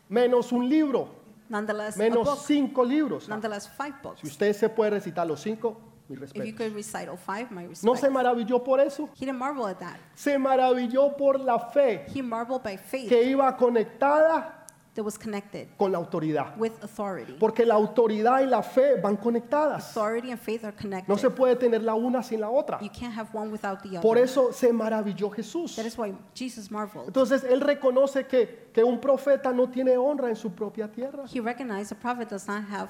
[SPEAKER 1] menos un libro,
[SPEAKER 2] Nonetheless, a book.
[SPEAKER 1] menos cinco libros.
[SPEAKER 2] Nonetheless, five books.
[SPEAKER 1] Si usted se puede recitar los cinco, mis
[SPEAKER 2] If you
[SPEAKER 1] respetos.
[SPEAKER 2] could recite all five, my respect.
[SPEAKER 1] No se maravilló por eso,
[SPEAKER 2] he didn't marvel at that.
[SPEAKER 1] se maravilló por la fe
[SPEAKER 2] He marveled by faith
[SPEAKER 1] que iba conectada
[SPEAKER 2] that was connected
[SPEAKER 1] con la autoridad.
[SPEAKER 2] with authority.
[SPEAKER 1] Porque la autoridad y la fe van conectadas.
[SPEAKER 2] authority and faith are connected.
[SPEAKER 1] No se puede tener la una sin la otra.
[SPEAKER 2] you can't have one without the other.
[SPEAKER 1] Por eso se maravilló Jesús.
[SPEAKER 2] that is why Jesus marveled.
[SPEAKER 1] Entonces él reconoce que, que un profeta no tiene honra en su propia tierra.
[SPEAKER 2] He recognized the prophet does not have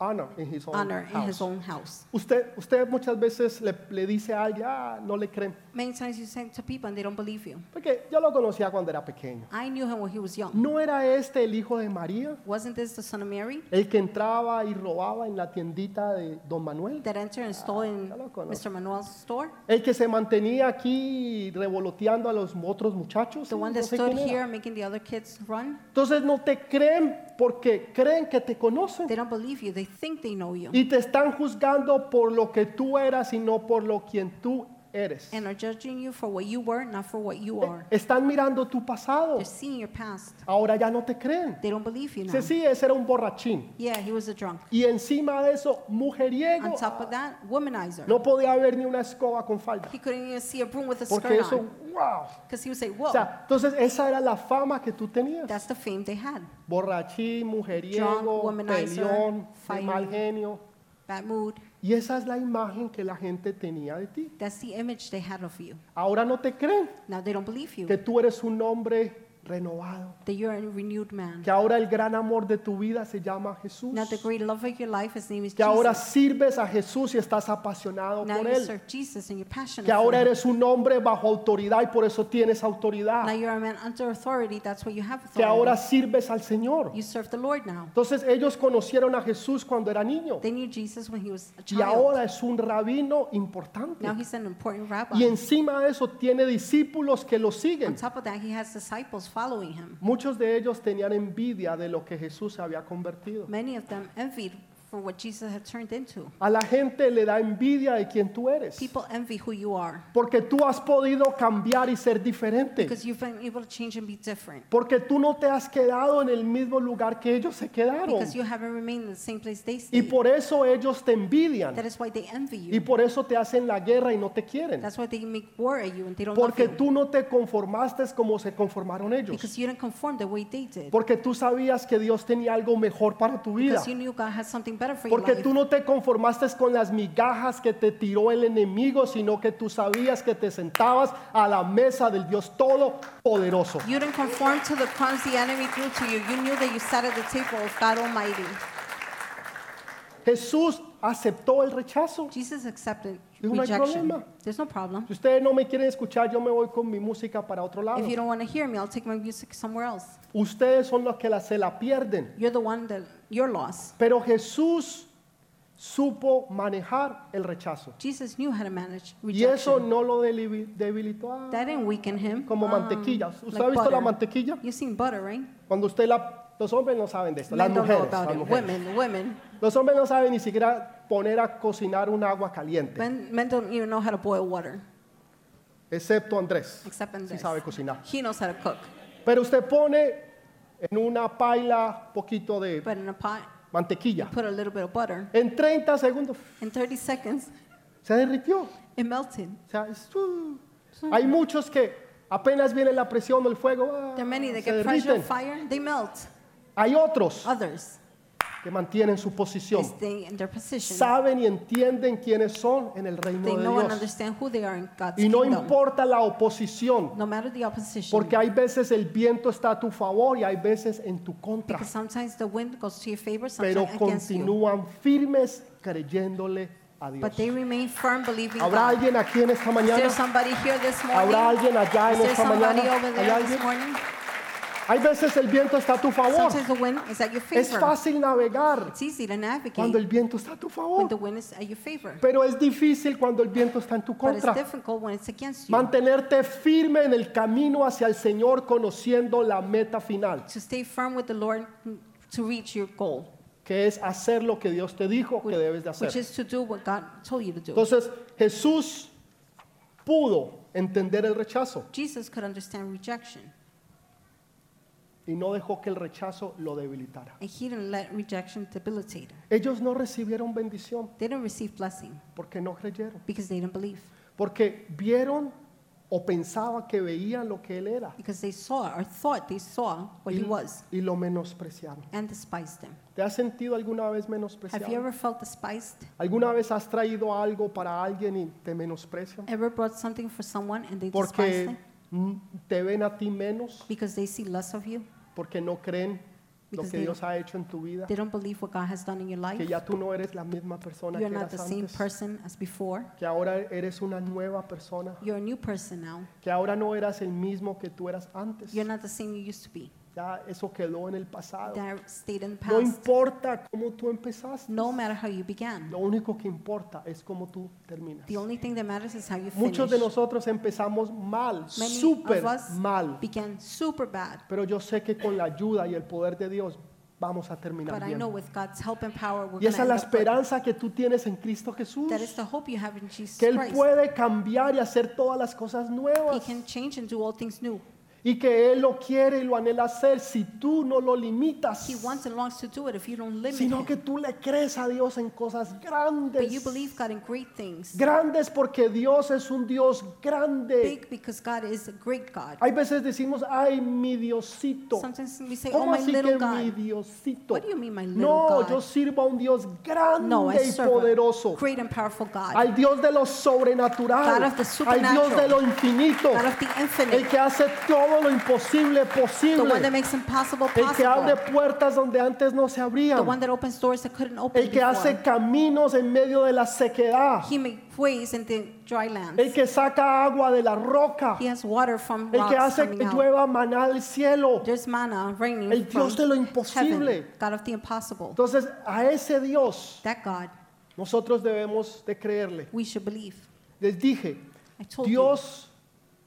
[SPEAKER 1] Honor in his own
[SPEAKER 2] honor in
[SPEAKER 1] house.
[SPEAKER 2] his own house.
[SPEAKER 1] Usted, usted muchas veces le, le dice a alguien, ah, no le creen.
[SPEAKER 2] Many times you say to people and they don't believe you.
[SPEAKER 1] Porque yo lo conocía cuando era pequeño.
[SPEAKER 2] I knew him when he was young.
[SPEAKER 1] ¿No era este el hijo de María?
[SPEAKER 2] Wasn't this the son of Mary
[SPEAKER 1] El que entraba y robaba en la tiendita de don Manuel.
[SPEAKER 2] that entered and stole in
[SPEAKER 1] Ah, ya lo conozco.
[SPEAKER 2] Mr. Manuel's store?
[SPEAKER 1] El que se mantenía aquí revoloteando a los otros muchachos.
[SPEAKER 2] The
[SPEAKER 1] Sí,
[SPEAKER 2] one
[SPEAKER 1] no
[SPEAKER 2] that
[SPEAKER 1] sé
[SPEAKER 2] stood
[SPEAKER 1] quién era.
[SPEAKER 2] here making the other kids run?
[SPEAKER 1] Entonces no te creen porque creen que te conocen.
[SPEAKER 2] They don't believe you. They think they know you.
[SPEAKER 1] Y te están juzgando por lo que tú eras y no por lo quien tú eres.
[SPEAKER 2] and are judging you for what you were, not for what you are.
[SPEAKER 1] Están mirando tu pasado.
[SPEAKER 2] They're seeing your past.
[SPEAKER 1] Ahora ya no te creen.
[SPEAKER 2] They don't believe you now.
[SPEAKER 1] Dice, sí, ese era un borrachín.
[SPEAKER 2] Yeah, he was a drunk.
[SPEAKER 1] Y encima de eso, mujeriego.
[SPEAKER 2] On top of that, womanizer.
[SPEAKER 1] No podía haber ni una escoba con falda.
[SPEAKER 2] He couldn't even see a broom with a
[SPEAKER 1] Porque
[SPEAKER 2] skirt
[SPEAKER 1] eso,
[SPEAKER 2] on.
[SPEAKER 1] wow.
[SPEAKER 2] Because he would say,
[SPEAKER 1] O
[SPEAKER 2] whoa,
[SPEAKER 1] sea, entonces esa era la fama que tú tenías.
[SPEAKER 2] Oh. that's the fame they had.
[SPEAKER 1] Borrachín,
[SPEAKER 2] Drunk,
[SPEAKER 1] mujeriego,
[SPEAKER 2] womanizer,
[SPEAKER 1] peleón, de mal
[SPEAKER 2] fighting.
[SPEAKER 1] genio.
[SPEAKER 2] Bad mood.
[SPEAKER 1] Y esa es la imagen que la gente tenía de ti.
[SPEAKER 2] That's the image they had of you.
[SPEAKER 1] Ahora no te creen
[SPEAKER 2] Now they don't believe you.
[SPEAKER 1] que tú eres un hombre renovado.
[SPEAKER 2] That you're a renewed man.
[SPEAKER 1] Que ahora el gran amor de tu vida se llama Jesús.
[SPEAKER 2] Now the great love of your life, his name is
[SPEAKER 1] Que ahora
[SPEAKER 2] Jesus.
[SPEAKER 1] sirves a Jesús y estás apasionado
[SPEAKER 2] Now
[SPEAKER 1] por
[SPEAKER 2] you
[SPEAKER 1] Él.
[SPEAKER 2] serve Jesus and you're passionate
[SPEAKER 1] Que
[SPEAKER 2] for
[SPEAKER 1] ahora
[SPEAKER 2] him.
[SPEAKER 1] eres un hombre bajo autoridad y por eso tienes
[SPEAKER 2] Now
[SPEAKER 1] autoridad.
[SPEAKER 2] you're a man under authority. That's what you have
[SPEAKER 1] Que
[SPEAKER 2] authority.
[SPEAKER 1] Ah. ahora sirves al Señor.
[SPEAKER 2] You serve the Lord now.
[SPEAKER 1] Entonces ellos conocieron a Jesús cuando era niño.
[SPEAKER 2] They knew Jesus when he was a
[SPEAKER 1] Y
[SPEAKER 2] child.
[SPEAKER 1] ahora es un rabino importante.
[SPEAKER 2] Now he's an important rabbi.
[SPEAKER 1] Y encima de eso tiene discípulos que lo
[SPEAKER 2] On
[SPEAKER 1] siguen.
[SPEAKER 2] top of that, he has disciples following him.
[SPEAKER 1] Muchos de ellos tenían envidia de lo que Jesús se había convertido.
[SPEAKER 2] Many of them envied for what Jesus had turned into.
[SPEAKER 1] A la gente le da envidia de quien tú eres.
[SPEAKER 2] People envy who you are
[SPEAKER 1] Porque tú has podido cambiar y ser diferente.
[SPEAKER 2] because you've been able to change and be different.
[SPEAKER 1] Porque tú no te has quedado en el mismo lugar que ellos se quedaron.
[SPEAKER 2] Because you haven't remained in the same place they
[SPEAKER 1] Y
[SPEAKER 2] stayed.
[SPEAKER 1] por eso ellos te envidian.
[SPEAKER 2] That is why they envy
[SPEAKER 1] Y
[SPEAKER 2] you.
[SPEAKER 1] por eso te hacen la guerra y no te quieren.
[SPEAKER 2] That's why they make war at you and they don't love
[SPEAKER 1] Porque
[SPEAKER 2] you.
[SPEAKER 1] tú no te conformaste como se conformaron ellos.
[SPEAKER 2] Because you didn't conform the way they did.
[SPEAKER 1] Porque tú sabías que Dios tenía algo mejor para tu vida.
[SPEAKER 2] Because you knew God had something better for your
[SPEAKER 1] Porque
[SPEAKER 2] life.
[SPEAKER 1] tú no te conformaste con las migajas que te tiró el enemigo, sino que tú sabías que te sentabas a la mesa del Dios Todopoderoso.
[SPEAKER 2] You didn't conform to the crumbs the enemy threw to you. You knew that you sat at the table of God Almighty.
[SPEAKER 1] Jesús aceptó el rechazo.
[SPEAKER 2] Jesus accepted
[SPEAKER 1] Dijo, "No hay
[SPEAKER 2] rejection.
[SPEAKER 1] problema."
[SPEAKER 2] There's no problem.
[SPEAKER 1] Si ustedes no me quieren escuchar, yo me voy con mi música para otro lado.
[SPEAKER 2] If you don't want to hear me, I'll take my music somewhere else.
[SPEAKER 1] Ustedes son los que la- se la pierden.
[SPEAKER 2] You're the one that you're lost.
[SPEAKER 1] Pero Jesús supo manejar el rechazo.
[SPEAKER 2] Jesus knew how to manage
[SPEAKER 1] Y eso
[SPEAKER 2] rejection.
[SPEAKER 1] no lo deli- debilitó. Ah,
[SPEAKER 2] That didn't weaken him.
[SPEAKER 1] como
[SPEAKER 2] Ah,
[SPEAKER 1] mantequilla. ¿Usted ha
[SPEAKER 2] like
[SPEAKER 1] visto la
[SPEAKER 2] butter.
[SPEAKER 1] mantequilla?
[SPEAKER 2] You've seen butter, right?
[SPEAKER 1] Cuando usted la... Los hombres no saben de esto. Las
[SPEAKER 2] Men don't know
[SPEAKER 1] mujeres,
[SPEAKER 2] about
[SPEAKER 1] las
[SPEAKER 2] it.
[SPEAKER 1] mujeres.
[SPEAKER 2] Women, women.
[SPEAKER 1] Los hombres no saben ni siquiera poner a cocinar un agua caliente,
[SPEAKER 2] Men, men don't even know how to boil water,
[SPEAKER 1] excepto Andrés.
[SPEAKER 2] except in
[SPEAKER 1] Sí
[SPEAKER 2] this.
[SPEAKER 1] sabe cocinar.
[SPEAKER 2] He knows how to cook.
[SPEAKER 1] Pero usted pone en una paila poquito de
[SPEAKER 2] But in a pot,
[SPEAKER 1] mantequilla.
[SPEAKER 2] Put a little bit of butter.
[SPEAKER 1] En 30 segundos
[SPEAKER 2] In 30 seconds,
[SPEAKER 1] se derritió.
[SPEAKER 2] it melted.
[SPEAKER 1] O sea, es- uh. hay muchos que apenas viene la presión o el fuego, ah,
[SPEAKER 2] There are many that
[SPEAKER 1] se
[SPEAKER 2] get pressure
[SPEAKER 1] derriten.
[SPEAKER 2] of fire, they melt.
[SPEAKER 1] Hay otros
[SPEAKER 2] Ah. Others,
[SPEAKER 1] que mantienen su
[SPEAKER 2] they
[SPEAKER 1] posición.
[SPEAKER 2] stay in their position.
[SPEAKER 1] Saben y entienden quiénes son en el
[SPEAKER 2] They
[SPEAKER 1] reino de
[SPEAKER 2] know and
[SPEAKER 1] Dios.
[SPEAKER 2] understand who they are in God's
[SPEAKER 1] Y no
[SPEAKER 2] kingdom.
[SPEAKER 1] importa la oposición,
[SPEAKER 2] No matter the opposition.
[SPEAKER 1] porque hay veces el viento está a tu favor y hay veces en tu contra,
[SPEAKER 2] Because sometimes the wind goes to your favor,
[SPEAKER 1] pero
[SPEAKER 2] sometimes against you.
[SPEAKER 1] continúan firmes creyéndole a Dios.
[SPEAKER 2] But they remain firm believing
[SPEAKER 1] ¿Habrá
[SPEAKER 2] God.
[SPEAKER 1] alguien aquí en esta
[SPEAKER 2] Is
[SPEAKER 1] mañana?
[SPEAKER 2] there somebody here this morning?
[SPEAKER 1] ¿Habrá alguien allá
[SPEAKER 2] Is
[SPEAKER 1] en
[SPEAKER 2] there
[SPEAKER 1] esta mañana?
[SPEAKER 2] somebody over
[SPEAKER 1] ¿Hay
[SPEAKER 2] there this
[SPEAKER 1] alguien?
[SPEAKER 2] morning?
[SPEAKER 1] Hay veces el viento está a tu favor.
[SPEAKER 2] Sometimes the wind is at your
[SPEAKER 1] Es
[SPEAKER 2] favor.
[SPEAKER 1] fácil navegar
[SPEAKER 2] It's easy to navigate
[SPEAKER 1] cuando el viento está a tu
[SPEAKER 2] when the
[SPEAKER 1] favor,
[SPEAKER 2] wind is at your favor.
[SPEAKER 1] pero es difícil cuando el viento está en tu
[SPEAKER 2] But it's
[SPEAKER 1] contra.
[SPEAKER 2] difficult when it's against you.
[SPEAKER 1] Mantenerte firme en el camino hacia el Señor conociendo la meta final,
[SPEAKER 2] To stay firm with the Lord to reach your goal,
[SPEAKER 1] que es hacer lo que Dios te dijo que debes de
[SPEAKER 2] which
[SPEAKER 1] hacer.
[SPEAKER 2] is to do what God told you to do.
[SPEAKER 1] Entonces Jesús pudo entender el rechazo
[SPEAKER 2] Jesus could understand rejection,
[SPEAKER 1] y no dejó que el rechazo lo debilitara.
[SPEAKER 2] and he didn't let rejection debilitate her.
[SPEAKER 1] Ellos no recibieron bendición
[SPEAKER 2] They didn't receive blessing
[SPEAKER 1] porque no creyeron,
[SPEAKER 2] because they didn't believe,
[SPEAKER 1] porque vieron o pensaban que veían lo que él era
[SPEAKER 2] because they saw or thought they saw what he
[SPEAKER 1] y,
[SPEAKER 2] was
[SPEAKER 1] y lo menospreciaron.
[SPEAKER 2] and despised him.
[SPEAKER 1] ¿Te has sentido alguna vez
[SPEAKER 2] Have you
[SPEAKER 1] menospreciado?
[SPEAKER 2] ever felt despised?
[SPEAKER 1] ¿Alguna vez has traído algo para alguien y te menosprecian?
[SPEAKER 2] Ever brought something for someone and they despised
[SPEAKER 1] Porque
[SPEAKER 2] it
[SPEAKER 1] mm, te ven a ti menos,
[SPEAKER 2] because they see less of you?
[SPEAKER 1] porque no creen lo
[SPEAKER 2] Because
[SPEAKER 1] que
[SPEAKER 2] they
[SPEAKER 1] Dios ha hecho en tu vida,
[SPEAKER 2] They don't believe what God has done in your life.
[SPEAKER 1] que ya tú no eres la misma persona que
[SPEAKER 2] You're not the
[SPEAKER 1] eras
[SPEAKER 2] same
[SPEAKER 1] antes,
[SPEAKER 2] person as before.
[SPEAKER 1] que ahora eres una nueva persona,
[SPEAKER 2] You're a new person now.
[SPEAKER 1] que ahora no eras el mismo que tú eras antes.
[SPEAKER 2] You're not the same you used to be.
[SPEAKER 1] Ya eso quedó en el pasado.
[SPEAKER 2] That stayed in the
[SPEAKER 1] Oh. No
[SPEAKER 2] past.
[SPEAKER 1] importa cómo tú empezaste,
[SPEAKER 2] No matter how you began.
[SPEAKER 1] lo único que importa es cómo tú terminas.
[SPEAKER 2] The only thing that matters is how you
[SPEAKER 1] Muchos de
[SPEAKER 2] finish.
[SPEAKER 1] nosotros empezamos mal,
[SPEAKER 2] Many
[SPEAKER 1] súper
[SPEAKER 2] of us
[SPEAKER 1] mal,
[SPEAKER 2] began super bad,
[SPEAKER 1] pero yo sé que con la ayuda y el poder de Dios vamos a terminar
[SPEAKER 2] but I
[SPEAKER 1] bien.
[SPEAKER 2] know with God's help and power we're
[SPEAKER 1] Y
[SPEAKER 2] going
[SPEAKER 1] esa
[SPEAKER 2] to
[SPEAKER 1] es la
[SPEAKER 2] up good.
[SPEAKER 1] esperanza que tú tienes en Cristo Jesús,
[SPEAKER 2] That is the hope you have in Jesus
[SPEAKER 1] que Él
[SPEAKER 2] Christ.
[SPEAKER 1] puede cambiar y hacer todas las cosas
[SPEAKER 2] He
[SPEAKER 1] nuevas
[SPEAKER 2] can change and do all things new.
[SPEAKER 1] y que Él lo quiere y lo anhela hacer si tú no lo limitas,
[SPEAKER 2] He wants and longs to do it if you don't limit
[SPEAKER 1] sino que
[SPEAKER 2] him.
[SPEAKER 1] tú le crees a Dios en cosas
[SPEAKER 2] But you
[SPEAKER 1] grandes,
[SPEAKER 2] believe God in great things.
[SPEAKER 1] grandes porque Dios es un Dios grande.
[SPEAKER 2] Big because God is a great God.
[SPEAKER 1] Hay veces decimos, ay, mi Diosito.
[SPEAKER 2] Sometimes we say, oh
[SPEAKER 1] ¿Cómo
[SPEAKER 2] my
[SPEAKER 1] así que
[SPEAKER 2] little
[SPEAKER 1] mi
[SPEAKER 2] God.
[SPEAKER 1] Diosito?
[SPEAKER 2] What do you mean, my little
[SPEAKER 1] No,
[SPEAKER 2] God?
[SPEAKER 1] yo sirvo a un Dios grande
[SPEAKER 2] No, I
[SPEAKER 1] y
[SPEAKER 2] serve a
[SPEAKER 1] poderoso.
[SPEAKER 2] great and powerful God,
[SPEAKER 1] Al Dios de lo
[SPEAKER 2] God
[SPEAKER 1] sobrenatural, al Dios
[SPEAKER 2] of the
[SPEAKER 1] de
[SPEAKER 2] supernatural,
[SPEAKER 1] lo infinito,
[SPEAKER 2] God of the
[SPEAKER 1] el
[SPEAKER 2] infinite,
[SPEAKER 1] que hace todo lo imposible
[SPEAKER 2] the one that
[SPEAKER 1] posible,
[SPEAKER 2] makes impossible
[SPEAKER 1] el que abre
[SPEAKER 2] possible,
[SPEAKER 1] puertas donde antes no se
[SPEAKER 2] the one
[SPEAKER 1] abrían,
[SPEAKER 2] that opens doors that couldn't open
[SPEAKER 1] el que hace
[SPEAKER 2] before.
[SPEAKER 1] caminos en medio de la sequedad,
[SPEAKER 2] He makes ways in the dry
[SPEAKER 1] el
[SPEAKER 2] lands.
[SPEAKER 1] que saca agua de la roca,
[SPEAKER 2] He has water from
[SPEAKER 1] el que
[SPEAKER 2] rocks
[SPEAKER 1] hace
[SPEAKER 2] coming
[SPEAKER 1] que
[SPEAKER 2] out.
[SPEAKER 1] llueva maná del cielo.
[SPEAKER 2] There's manna raining
[SPEAKER 1] El Dios de
[SPEAKER 2] from
[SPEAKER 1] lo imposible.
[SPEAKER 2] heaven, God of the impossible.
[SPEAKER 1] Entonces, a ese Dios
[SPEAKER 2] That God
[SPEAKER 1] nosotros debemos de creerle.
[SPEAKER 2] we should believe.
[SPEAKER 1] Les dije,
[SPEAKER 2] I told you,
[SPEAKER 1] Dios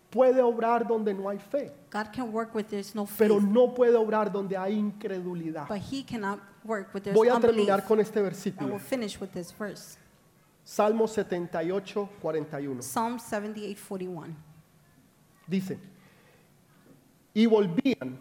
[SPEAKER 1] puede obrar donde no hay fe,
[SPEAKER 2] God can work where there's no
[SPEAKER 1] pero
[SPEAKER 2] faith,
[SPEAKER 1] no puede obrar donde hay incredulidad.
[SPEAKER 2] but He cannot work where there's
[SPEAKER 1] Voy a
[SPEAKER 2] unbelief.
[SPEAKER 1] terminar con este
[SPEAKER 2] And we'll
[SPEAKER 1] versículo.
[SPEAKER 2] finish with this verse,
[SPEAKER 1] Salmo 78, 41.
[SPEAKER 2] Psalm 78:41.
[SPEAKER 1] Dice, y volvían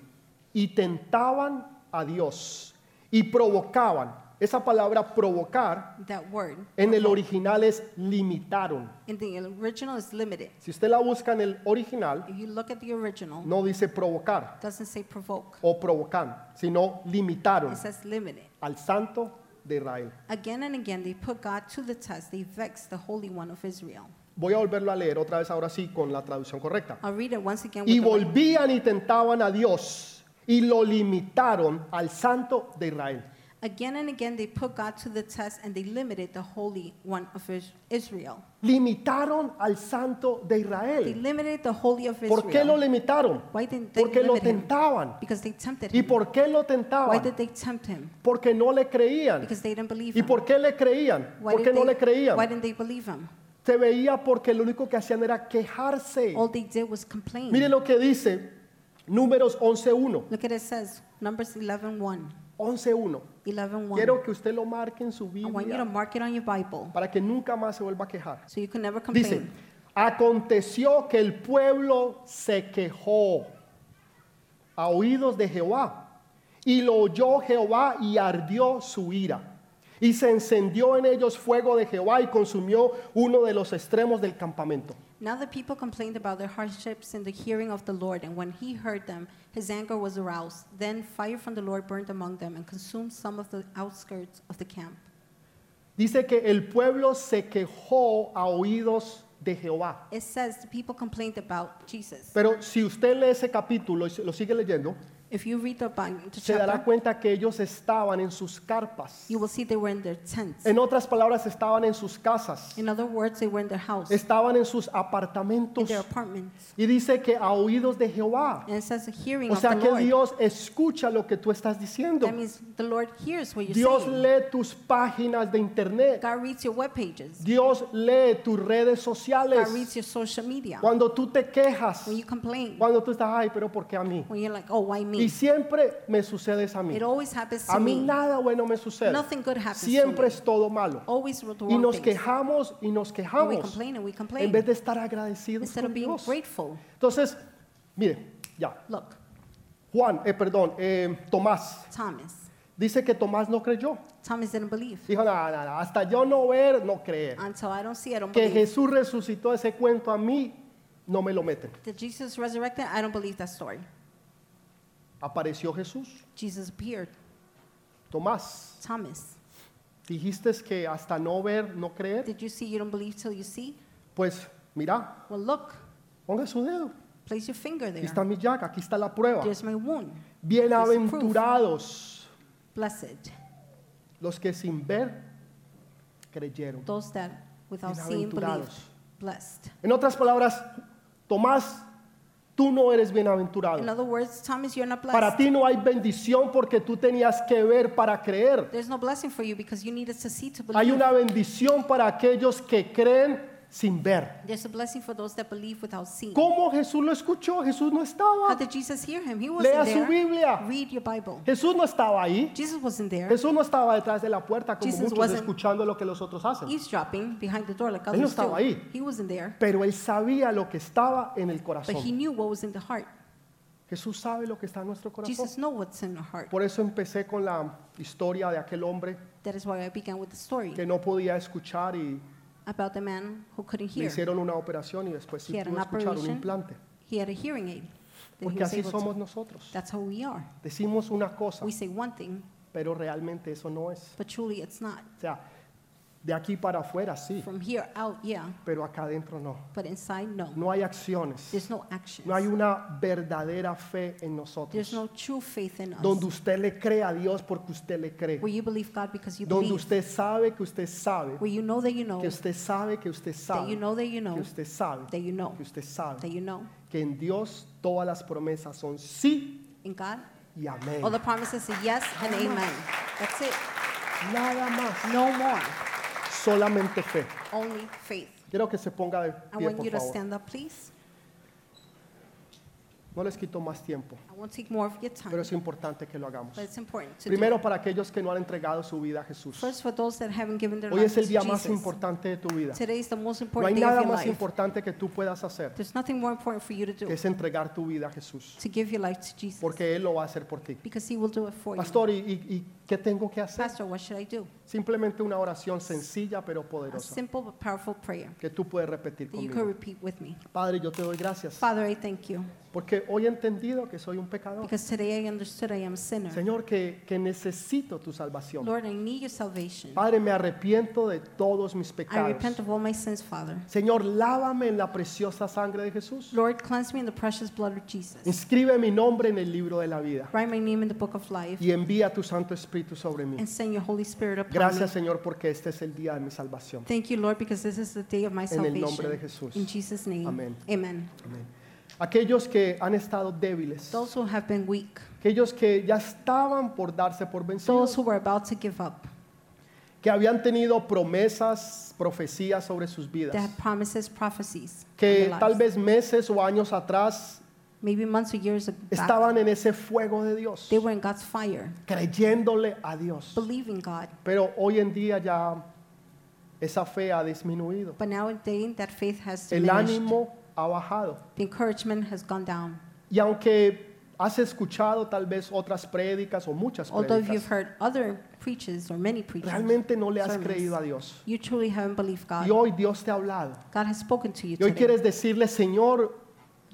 [SPEAKER 1] y tentaban a Dios y provocaban. Esa palabra provocar
[SPEAKER 2] That word
[SPEAKER 1] en el original es limitaron.
[SPEAKER 2] in the original is limited.
[SPEAKER 1] Si usted la busca en el original,
[SPEAKER 2] If you look at the original,
[SPEAKER 1] no dice provocar
[SPEAKER 2] it doesn't say provoke.
[SPEAKER 1] o provocan, sino limitaron
[SPEAKER 2] It says limited.
[SPEAKER 1] al santo de Israel.
[SPEAKER 2] Again and again, they put God to the test. They vexed the Holy One of Israel.
[SPEAKER 1] Voy a volverlo a leer otra vez ahora sí con la traducción correcta.
[SPEAKER 2] I'll read it once again. With
[SPEAKER 1] Y
[SPEAKER 2] the right-
[SPEAKER 1] volvían y tentaban a Dios y lo limitaron al santo de Israel.
[SPEAKER 2] Again and again, they put God to the test and they limited the Holy One of Is- Israel.
[SPEAKER 1] Limitaron al santo de
[SPEAKER 2] They
[SPEAKER 1] Israel.
[SPEAKER 2] limited the Holy of Israel.
[SPEAKER 1] ¿Por qué lo limitaron?
[SPEAKER 2] Why didn't they
[SPEAKER 1] Porque lo
[SPEAKER 2] limit him?
[SPEAKER 1] tentaban.
[SPEAKER 2] Because they tempted
[SPEAKER 1] ¿Y
[SPEAKER 2] him.
[SPEAKER 1] por qué lo
[SPEAKER 2] Why
[SPEAKER 1] tentaban?
[SPEAKER 2] did they tempt him?
[SPEAKER 1] Porque no le creían.
[SPEAKER 2] Because they didn't believe
[SPEAKER 1] ¿Y
[SPEAKER 2] him.
[SPEAKER 1] por qué le creían?
[SPEAKER 2] Why
[SPEAKER 1] Porque
[SPEAKER 2] did
[SPEAKER 1] no
[SPEAKER 2] they-
[SPEAKER 1] le creían.
[SPEAKER 2] Why didn't they believe him?
[SPEAKER 1] Se veía porque lo único que hacían era quejarse.
[SPEAKER 2] All they did was complain.
[SPEAKER 1] Mire lo que dice Números 11.1.
[SPEAKER 2] Look at it says Numbers 11:1.
[SPEAKER 1] 11.1.
[SPEAKER 2] 11:1.
[SPEAKER 1] Quiero que usted lo marque en su
[SPEAKER 2] Oh, I want you
[SPEAKER 1] Biblia
[SPEAKER 2] to mark it on your Bible
[SPEAKER 1] para que nunca más se vuelva a quejar.
[SPEAKER 2] so you can never
[SPEAKER 1] Dice,
[SPEAKER 2] complain.
[SPEAKER 1] aconteció que el pueblo se quejó a oídos de Jehová Y lo oyó Jehová y ardió su ira. Y se encendió en ellos fuego de Jehová y consumió uno de los extremos del campamento.
[SPEAKER 2] Now the people complained about their hardships in the hearing of the Lord, and when he heard them, his anger was aroused. Then fire from the Lord burned among them and consumed some of the outskirts of the camp.
[SPEAKER 1] Dice que el pueblo se quejó a oídos de Jehová.
[SPEAKER 2] It says the people complained about Jesus.
[SPEAKER 1] Pero si usted lee ese capítulo y se- lo sigue leyendo,
[SPEAKER 2] If you read the, Bible, the
[SPEAKER 1] se dará
[SPEAKER 2] chapter,
[SPEAKER 1] cuenta que ellos estaban en sus carpas.
[SPEAKER 2] you will see they were in their tents.
[SPEAKER 1] En otras palabras, estaban en sus casas,
[SPEAKER 2] In other words, they were in their house,
[SPEAKER 1] estaban en sus
[SPEAKER 2] in
[SPEAKER 1] apartamentos.
[SPEAKER 2] their apartments.
[SPEAKER 1] Y dice que a oídos de Jehová.
[SPEAKER 2] And it says the hearing
[SPEAKER 1] O sea
[SPEAKER 2] of the
[SPEAKER 1] que
[SPEAKER 2] Lord.
[SPEAKER 1] Dios escucha lo que tú estás diciendo.
[SPEAKER 2] That means the Lord hears what you're
[SPEAKER 1] Dios
[SPEAKER 2] saying.
[SPEAKER 1] lee tus páginas de internet.
[SPEAKER 2] God reads your web pages.
[SPEAKER 1] Dios lee tus redes
[SPEAKER 2] God
[SPEAKER 1] sociales.
[SPEAKER 2] reads your social media.
[SPEAKER 1] Cuando tú te quejas,
[SPEAKER 2] When you complain,
[SPEAKER 1] cuando tú estás, ay, pero ¿por qué a mí?
[SPEAKER 2] when you're like, oh, why
[SPEAKER 1] Y
[SPEAKER 2] me?
[SPEAKER 1] siempre me sucede es a mí.
[SPEAKER 2] It always happens
[SPEAKER 1] A
[SPEAKER 2] to
[SPEAKER 1] mí
[SPEAKER 2] me.
[SPEAKER 1] nada bueno me sucede.
[SPEAKER 2] Nothing good happens to
[SPEAKER 1] Siempre
[SPEAKER 2] me.
[SPEAKER 1] es todo malo.
[SPEAKER 2] Always with the
[SPEAKER 1] Y
[SPEAKER 2] wrong
[SPEAKER 1] nos
[SPEAKER 2] things.
[SPEAKER 1] quejamos y nos
[SPEAKER 2] And we
[SPEAKER 1] quejamos
[SPEAKER 2] complain and we complain
[SPEAKER 1] en vez de estar agradecidos
[SPEAKER 2] instead of
[SPEAKER 1] con
[SPEAKER 2] being
[SPEAKER 1] Dios.
[SPEAKER 2] grateful.
[SPEAKER 1] Entonces, mire, ya.
[SPEAKER 2] Look,
[SPEAKER 1] Juan, eh, perdón, eh, Tomás.
[SPEAKER 2] Thomas.
[SPEAKER 1] Dice que Tomás no creyó.
[SPEAKER 2] Thomas didn't believe.
[SPEAKER 1] Dijo, nada, nada, hasta yo no ver, no creer.
[SPEAKER 2] Until I don't see, I don't
[SPEAKER 1] Que
[SPEAKER 2] believe.
[SPEAKER 1] Jesús resucitó ese cuento a mí, no me lo meten.
[SPEAKER 2] That Jesus resurrected, I don't believe that story.
[SPEAKER 1] Apareció Jesús.
[SPEAKER 2] Jesus appeared.
[SPEAKER 1] Tomás,
[SPEAKER 2] Thomas,
[SPEAKER 1] dijiste que hasta no ver, no creer.
[SPEAKER 2] did you see? You don't believe till you see?
[SPEAKER 1] Pues mira,
[SPEAKER 2] Well, look,
[SPEAKER 1] ponga su dedo.
[SPEAKER 2] place your finger
[SPEAKER 1] Aquí
[SPEAKER 2] there.
[SPEAKER 1] está mi llaga, aquí está la prueba.
[SPEAKER 2] There's my wound.
[SPEAKER 1] Bienaventurados
[SPEAKER 2] Blessed.
[SPEAKER 1] los que sin ver creyeron.
[SPEAKER 2] Those that without seeing believed.
[SPEAKER 1] Bienaventurados.
[SPEAKER 2] Blessed.
[SPEAKER 1] En otras palabras, Tomás, tú no eres
[SPEAKER 2] In
[SPEAKER 1] bienaventurado.
[SPEAKER 2] other words, Thomas, you're not
[SPEAKER 1] Para
[SPEAKER 2] blessed.
[SPEAKER 1] ti no hay bendición porque tú tenías que ver para creer.
[SPEAKER 2] There's no blessing for you because you needed to see to
[SPEAKER 1] Hay
[SPEAKER 2] believe.
[SPEAKER 1] una bendición para aquellos que creen sin ver.
[SPEAKER 2] There's a blessing for those that believe without seeing.
[SPEAKER 1] ¿Cómo Jesús lo escuchó? Jesús no
[SPEAKER 2] How
[SPEAKER 1] estaba.
[SPEAKER 2] did Jesus hear him? He
[SPEAKER 1] Lea
[SPEAKER 2] wasn't
[SPEAKER 1] su
[SPEAKER 2] there.
[SPEAKER 1] Biblia.
[SPEAKER 2] Read your Bible.
[SPEAKER 1] Jesús no estaba ahí.
[SPEAKER 2] Jesus wasn't there.
[SPEAKER 1] Jesús no estaba detrás de la puerta como
[SPEAKER 2] Jesus
[SPEAKER 1] muchos
[SPEAKER 2] wasn't-
[SPEAKER 1] escuchando lo que los otros hacen.
[SPEAKER 2] Eavesdropping behind the door like
[SPEAKER 1] Él no
[SPEAKER 2] others
[SPEAKER 1] estaba
[SPEAKER 2] do.
[SPEAKER 1] ahí.
[SPEAKER 2] He wasn't there.
[SPEAKER 1] Pero él sabía lo que estaba en el
[SPEAKER 2] But he
[SPEAKER 1] corazón.
[SPEAKER 2] knew what was in the heart.
[SPEAKER 1] Jesús sabe lo que está en nuestro corazón.
[SPEAKER 2] Jesus knows what's in the heart.
[SPEAKER 1] Por eso empecé con la historia de aquel hombre
[SPEAKER 2] That is why I began with the story
[SPEAKER 1] que no podía escuchar y
[SPEAKER 2] about the man who couldn't
[SPEAKER 1] le
[SPEAKER 2] hear.
[SPEAKER 1] hicieron una operación y después sí
[SPEAKER 2] He had
[SPEAKER 1] pudo
[SPEAKER 2] an
[SPEAKER 1] escuchar un
[SPEAKER 2] operation.
[SPEAKER 1] implante.
[SPEAKER 2] He had a hearing aid. that he
[SPEAKER 1] Porque
[SPEAKER 2] was
[SPEAKER 1] así
[SPEAKER 2] able to-
[SPEAKER 1] somos nosotros.
[SPEAKER 2] That's how we are.
[SPEAKER 1] Decimos una cosa,
[SPEAKER 2] We say one thing,
[SPEAKER 1] pero realmente eso no es.
[SPEAKER 2] but truly it's not.
[SPEAKER 1] O sea, de aquí para afuera sí,
[SPEAKER 2] From here out, yeah,
[SPEAKER 1] pero acá adentro no.
[SPEAKER 2] but inside, no.
[SPEAKER 1] No hay acciones.
[SPEAKER 2] There's no action.
[SPEAKER 1] No hay una verdadera fe en
[SPEAKER 2] There's
[SPEAKER 1] nosotros.
[SPEAKER 2] no true faith in
[SPEAKER 1] Donde
[SPEAKER 2] us.
[SPEAKER 1] usted le cree a Dios porque usted le cree.
[SPEAKER 2] Where you believe God because you
[SPEAKER 1] Donde
[SPEAKER 2] believe.
[SPEAKER 1] usted sabe que usted sabe,
[SPEAKER 2] Where you know that you know,
[SPEAKER 1] que usted sabe, que usted
[SPEAKER 2] that you
[SPEAKER 1] sabe,
[SPEAKER 2] know that you
[SPEAKER 1] que
[SPEAKER 2] know,
[SPEAKER 1] usted sabe,
[SPEAKER 2] that you know,
[SPEAKER 1] que usted
[SPEAKER 2] that
[SPEAKER 1] sabe,
[SPEAKER 2] you know.
[SPEAKER 1] que en Dios todas las promesas son sí
[SPEAKER 2] In God,
[SPEAKER 1] y amén.
[SPEAKER 2] all the promises are yes and amen. That's it.
[SPEAKER 1] Nada más,
[SPEAKER 2] No more.
[SPEAKER 1] solamente fe.
[SPEAKER 2] Only faith.
[SPEAKER 1] Quiero que se ponga de
[SPEAKER 2] I
[SPEAKER 1] pie,
[SPEAKER 2] want
[SPEAKER 1] por
[SPEAKER 2] you to
[SPEAKER 1] favor.
[SPEAKER 2] stand up, please.
[SPEAKER 1] No les quito más tiempo,
[SPEAKER 2] I won't take more of your
[SPEAKER 1] pero
[SPEAKER 2] time,
[SPEAKER 1] es importante que lo hagamos.
[SPEAKER 2] but it's important to do.
[SPEAKER 1] Primero para aquellos que no han entregado su vida a Jesús.
[SPEAKER 2] First, for those that haven't given their
[SPEAKER 1] Hoy
[SPEAKER 2] lives
[SPEAKER 1] es
[SPEAKER 2] to
[SPEAKER 1] el día más
[SPEAKER 2] Jesus.
[SPEAKER 1] importante de tu vida.
[SPEAKER 2] Today is the most
[SPEAKER 1] No hay
[SPEAKER 2] important day of
[SPEAKER 1] nada
[SPEAKER 2] your
[SPEAKER 1] más
[SPEAKER 2] life.
[SPEAKER 1] importante que tú puedas hacer
[SPEAKER 2] There's nothing more important for you to
[SPEAKER 1] que
[SPEAKER 2] do,
[SPEAKER 1] es entregar tu vida a Jesús,
[SPEAKER 2] to give your life to Jesus,
[SPEAKER 1] porque Él lo va a hacer por ti.
[SPEAKER 2] because He will do it for you.
[SPEAKER 1] Pastor, ¿y, y- y qué tengo que hacer?
[SPEAKER 2] Pastor, what should I do?
[SPEAKER 1] Simplemente una oración sencilla pero
[SPEAKER 2] A
[SPEAKER 1] poderosa
[SPEAKER 2] simple but powerful prayer
[SPEAKER 1] que tú puedes repetir
[SPEAKER 2] that you could
[SPEAKER 1] conmigo.
[SPEAKER 2] repeat with me.
[SPEAKER 1] Padre, yo te doy gracias
[SPEAKER 2] Father, I thank you,
[SPEAKER 1] porque hoy he entendido que soy un pecador.
[SPEAKER 2] because today I understood I am a sinner.
[SPEAKER 1] Señor, que, que necesito tu salvación.
[SPEAKER 2] Lord, I need your salvation.
[SPEAKER 1] Padre, me arrepiento de todos mis
[SPEAKER 2] I
[SPEAKER 1] pecados.
[SPEAKER 2] repent of all my sins, Father.
[SPEAKER 1] Señor, lávame en la preciosa sangre de Jesús.
[SPEAKER 2] Lord, cleanse me in the precious blood of Jesus.
[SPEAKER 1] Inscribe mi nombre en el libro de la vida
[SPEAKER 2] Write my name in the book of life
[SPEAKER 1] y envía tu Santo Espíritu sobre mí.
[SPEAKER 2] and send your Holy Spirit upon
[SPEAKER 1] Gracias,
[SPEAKER 2] me.
[SPEAKER 1] Señor, porque este es el día de mi salvación.
[SPEAKER 2] Thank you, Lord, because this is the day of my
[SPEAKER 1] En el
[SPEAKER 2] salvation.
[SPEAKER 1] nombre de Jesús.
[SPEAKER 2] In Jesus' name.
[SPEAKER 1] Amén.
[SPEAKER 2] Amen.
[SPEAKER 1] Amén. Aquellos que han estado débiles,
[SPEAKER 2] Those who have been weak,
[SPEAKER 1] aquellos que ya estaban por darse por vencidos,
[SPEAKER 2] those who were about to give up,
[SPEAKER 1] que habían tenido promesas, profecías sobre sus
[SPEAKER 2] that
[SPEAKER 1] vidas,
[SPEAKER 2] had promises, prophecies, on their
[SPEAKER 1] que
[SPEAKER 2] lives.
[SPEAKER 1] tal vez meses o años atrás
[SPEAKER 2] maybe months or years back,
[SPEAKER 1] estaban en ese fuego de Dios,
[SPEAKER 2] they were in God's fire,
[SPEAKER 1] creyéndole a Dios.
[SPEAKER 2] believing God.
[SPEAKER 1] Pero hoy en día ya esa fe ha disminuido,
[SPEAKER 2] But nowadays, that faith has
[SPEAKER 1] el
[SPEAKER 2] diminished.
[SPEAKER 1] ánimo ha bajado.
[SPEAKER 2] The encouragement has gone down.
[SPEAKER 1] Y aunque Has escuchado tal vez otras prédicas o muchas
[SPEAKER 2] Although if you've
[SPEAKER 1] prédicas.
[SPEAKER 2] heard other preaches or many preachers,
[SPEAKER 1] Realmente no le has
[SPEAKER 2] sermons,
[SPEAKER 1] creído a Dios.
[SPEAKER 2] You truly haven't believed God.
[SPEAKER 1] Y hoy Dios te ha hablado.
[SPEAKER 2] God has spoken to you
[SPEAKER 1] Y hoy
[SPEAKER 2] today.
[SPEAKER 1] quieres decirle, Señor,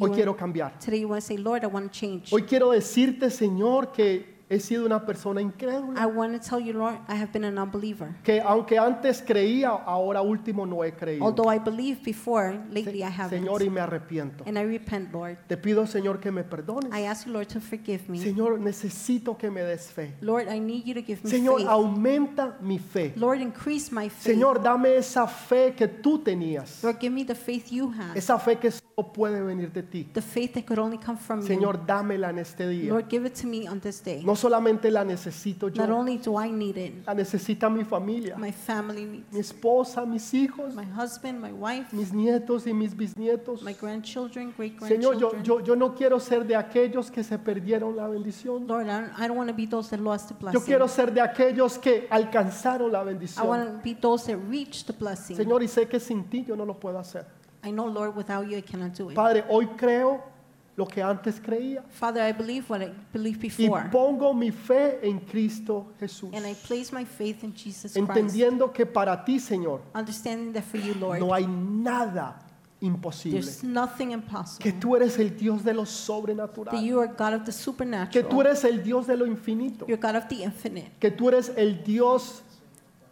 [SPEAKER 1] hoy
[SPEAKER 2] You-
[SPEAKER 1] quiero cambiar.
[SPEAKER 2] Today you want to say, Lord, I want to change.
[SPEAKER 1] Hoy quiero decirte, Señor, que he sido una persona incrédula.
[SPEAKER 2] I want to tell you, Lord, I have been an unbeliever.
[SPEAKER 1] Que aunque antes creía, ahora último no he creído.
[SPEAKER 2] Although I believed before, lately I
[SPEAKER 1] Se-
[SPEAKER 2] haven't.
[SPEAKER 1] Señor, y me arrepiento.
[SPEAKER 2] and I repent, Lord.
[SPEAKER 1] Te pido, Señor, que me perdones.
[SPEAKER 2] I ask you, Lord, to forgive me.
[SPEAKER 1] Señor, necesito que me des fe.
[SPEAKER 2] Lord, I need you to give me
[SPEAKER 1] Señor,
[SPEAKER 2] faith.
[SPEAKER 1] aumenta mi fe.
[SPEAKER 2] Lord, increase my faith.
[SPEAKER 1] Señor, dame esa fe que tú tenías.
[SPEAKER 2] Lord, give me the faith you had.
[SPEAKER 1] Esa fe que solo puede venir de ti.
[SPEAKER 2] the faith that could only come from
[SPEAKER 1] Señor, dámela en este
[SPEAKER 2] you.
[SPEAKER 1] día.
[SPEAKER 2] Lord, give it to me on this day.
[SPEAKER 1] No solamente la necesito
[SPEAKER 2] Not
[SPEAKER 1] yo,
[SPEAKER 2] only do I need it,
[SPEAKER 1] la necesita mi familia,
[SPEAKER 2] my family needs
[SPEAKER 1] mi esposa, mis hijos,
[SPEAKER 2] it. My husband, my wife,
[SPEAKER 1] mis nietos y mis bisnietos.
[SPEAKER 2] my grandchildren, great
[SPEAKER 1] Señor, yo,
[SPEAKER 2] grandchildren.
[SPEAKER 1] yo, yo no quiero ser de aquellos que se perdieron la bendición.
[SPEAKER 2] Lord, I don't, I don't want to be those that lost the blessing.
[SPEAKER 1] Yo quiero ser de aquellos que alcanzaron la
[SPEAKER 2] I
[SPEAKER 1] bendición.
[SPEAKER 2] want to be those that reach the blessing.
[SPEAKER 1] Señor, y sé que sin ti yo no lo puedo hacer.
[SPEAKER 2] I know, Lord, without you I cannot do it.
[SPEAKER 1] Padre, hoy creo lo que antes creía
[SPEAKER 2] Father, I believe what I believed
[SPEAKER 1] y
[SPEAKER 2] before.
[SPEAKER 1] pongo mi fe en Cristo Jesús,
[SPEAKER 2] And I place my faith in Jesus Christ.
[SPEAKER 1] entendiendo que para ti, Señor,
[SPEAKER 2] Understanding that for you, Lord,
[SPEAKER 1] no hay nada imposible,
[SPEAKER 2] there's nothing
[SPEAKER 1] que
[SPEAKER 2] impossible.
[SPEAKER 1] tú eres el Dios de lo
[SPEAKER 2] That
[SPEAKER 1] sobrenatural,
[SPEAKER 2] you are God of the
[SPEAKER 1] que tú
[SPEAKER 2] supernatural.
[SPEAKER 1] eres el Dios de lo infinito,
[SPEAKER 2] You're God of the infinite.
[SPEAKER 1] que tú eres el Dios
[SPEAKER 2] You're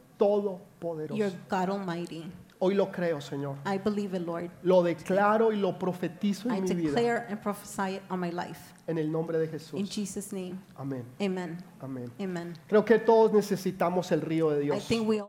[SPEAKER 1] todopoderoso.
[SPEAKER 2] God Almighty.
[SPEAKER 1] Hoy lo creo, Señor.
[SPEAKER 2] I believe it, Lord.
[SPEAKER 1] Lo declaro y lo profetizo
[SPEAKER 2] I
[SPEAKER 1] en mi vida.
[SPEAKER 2] declare and prophesy it on my life.
[SPEAKER 1] En el nombre de
[SPEAKER 2] In
[SPEAKER 1] Jesús.
[SPEAKER 2] Jesus' name.
[SPEAKER 1] Amén.
[SPEAKER 2] Amen.
[SPEAKER 1] Amén.
[SPEAKER 2] Amen.
[SPEAKER 1] Creo que todos necesitamos el río de
[SPEAKER 2] I
[SPEAKER 1] Dios.
[SPEAKER 2] think we all.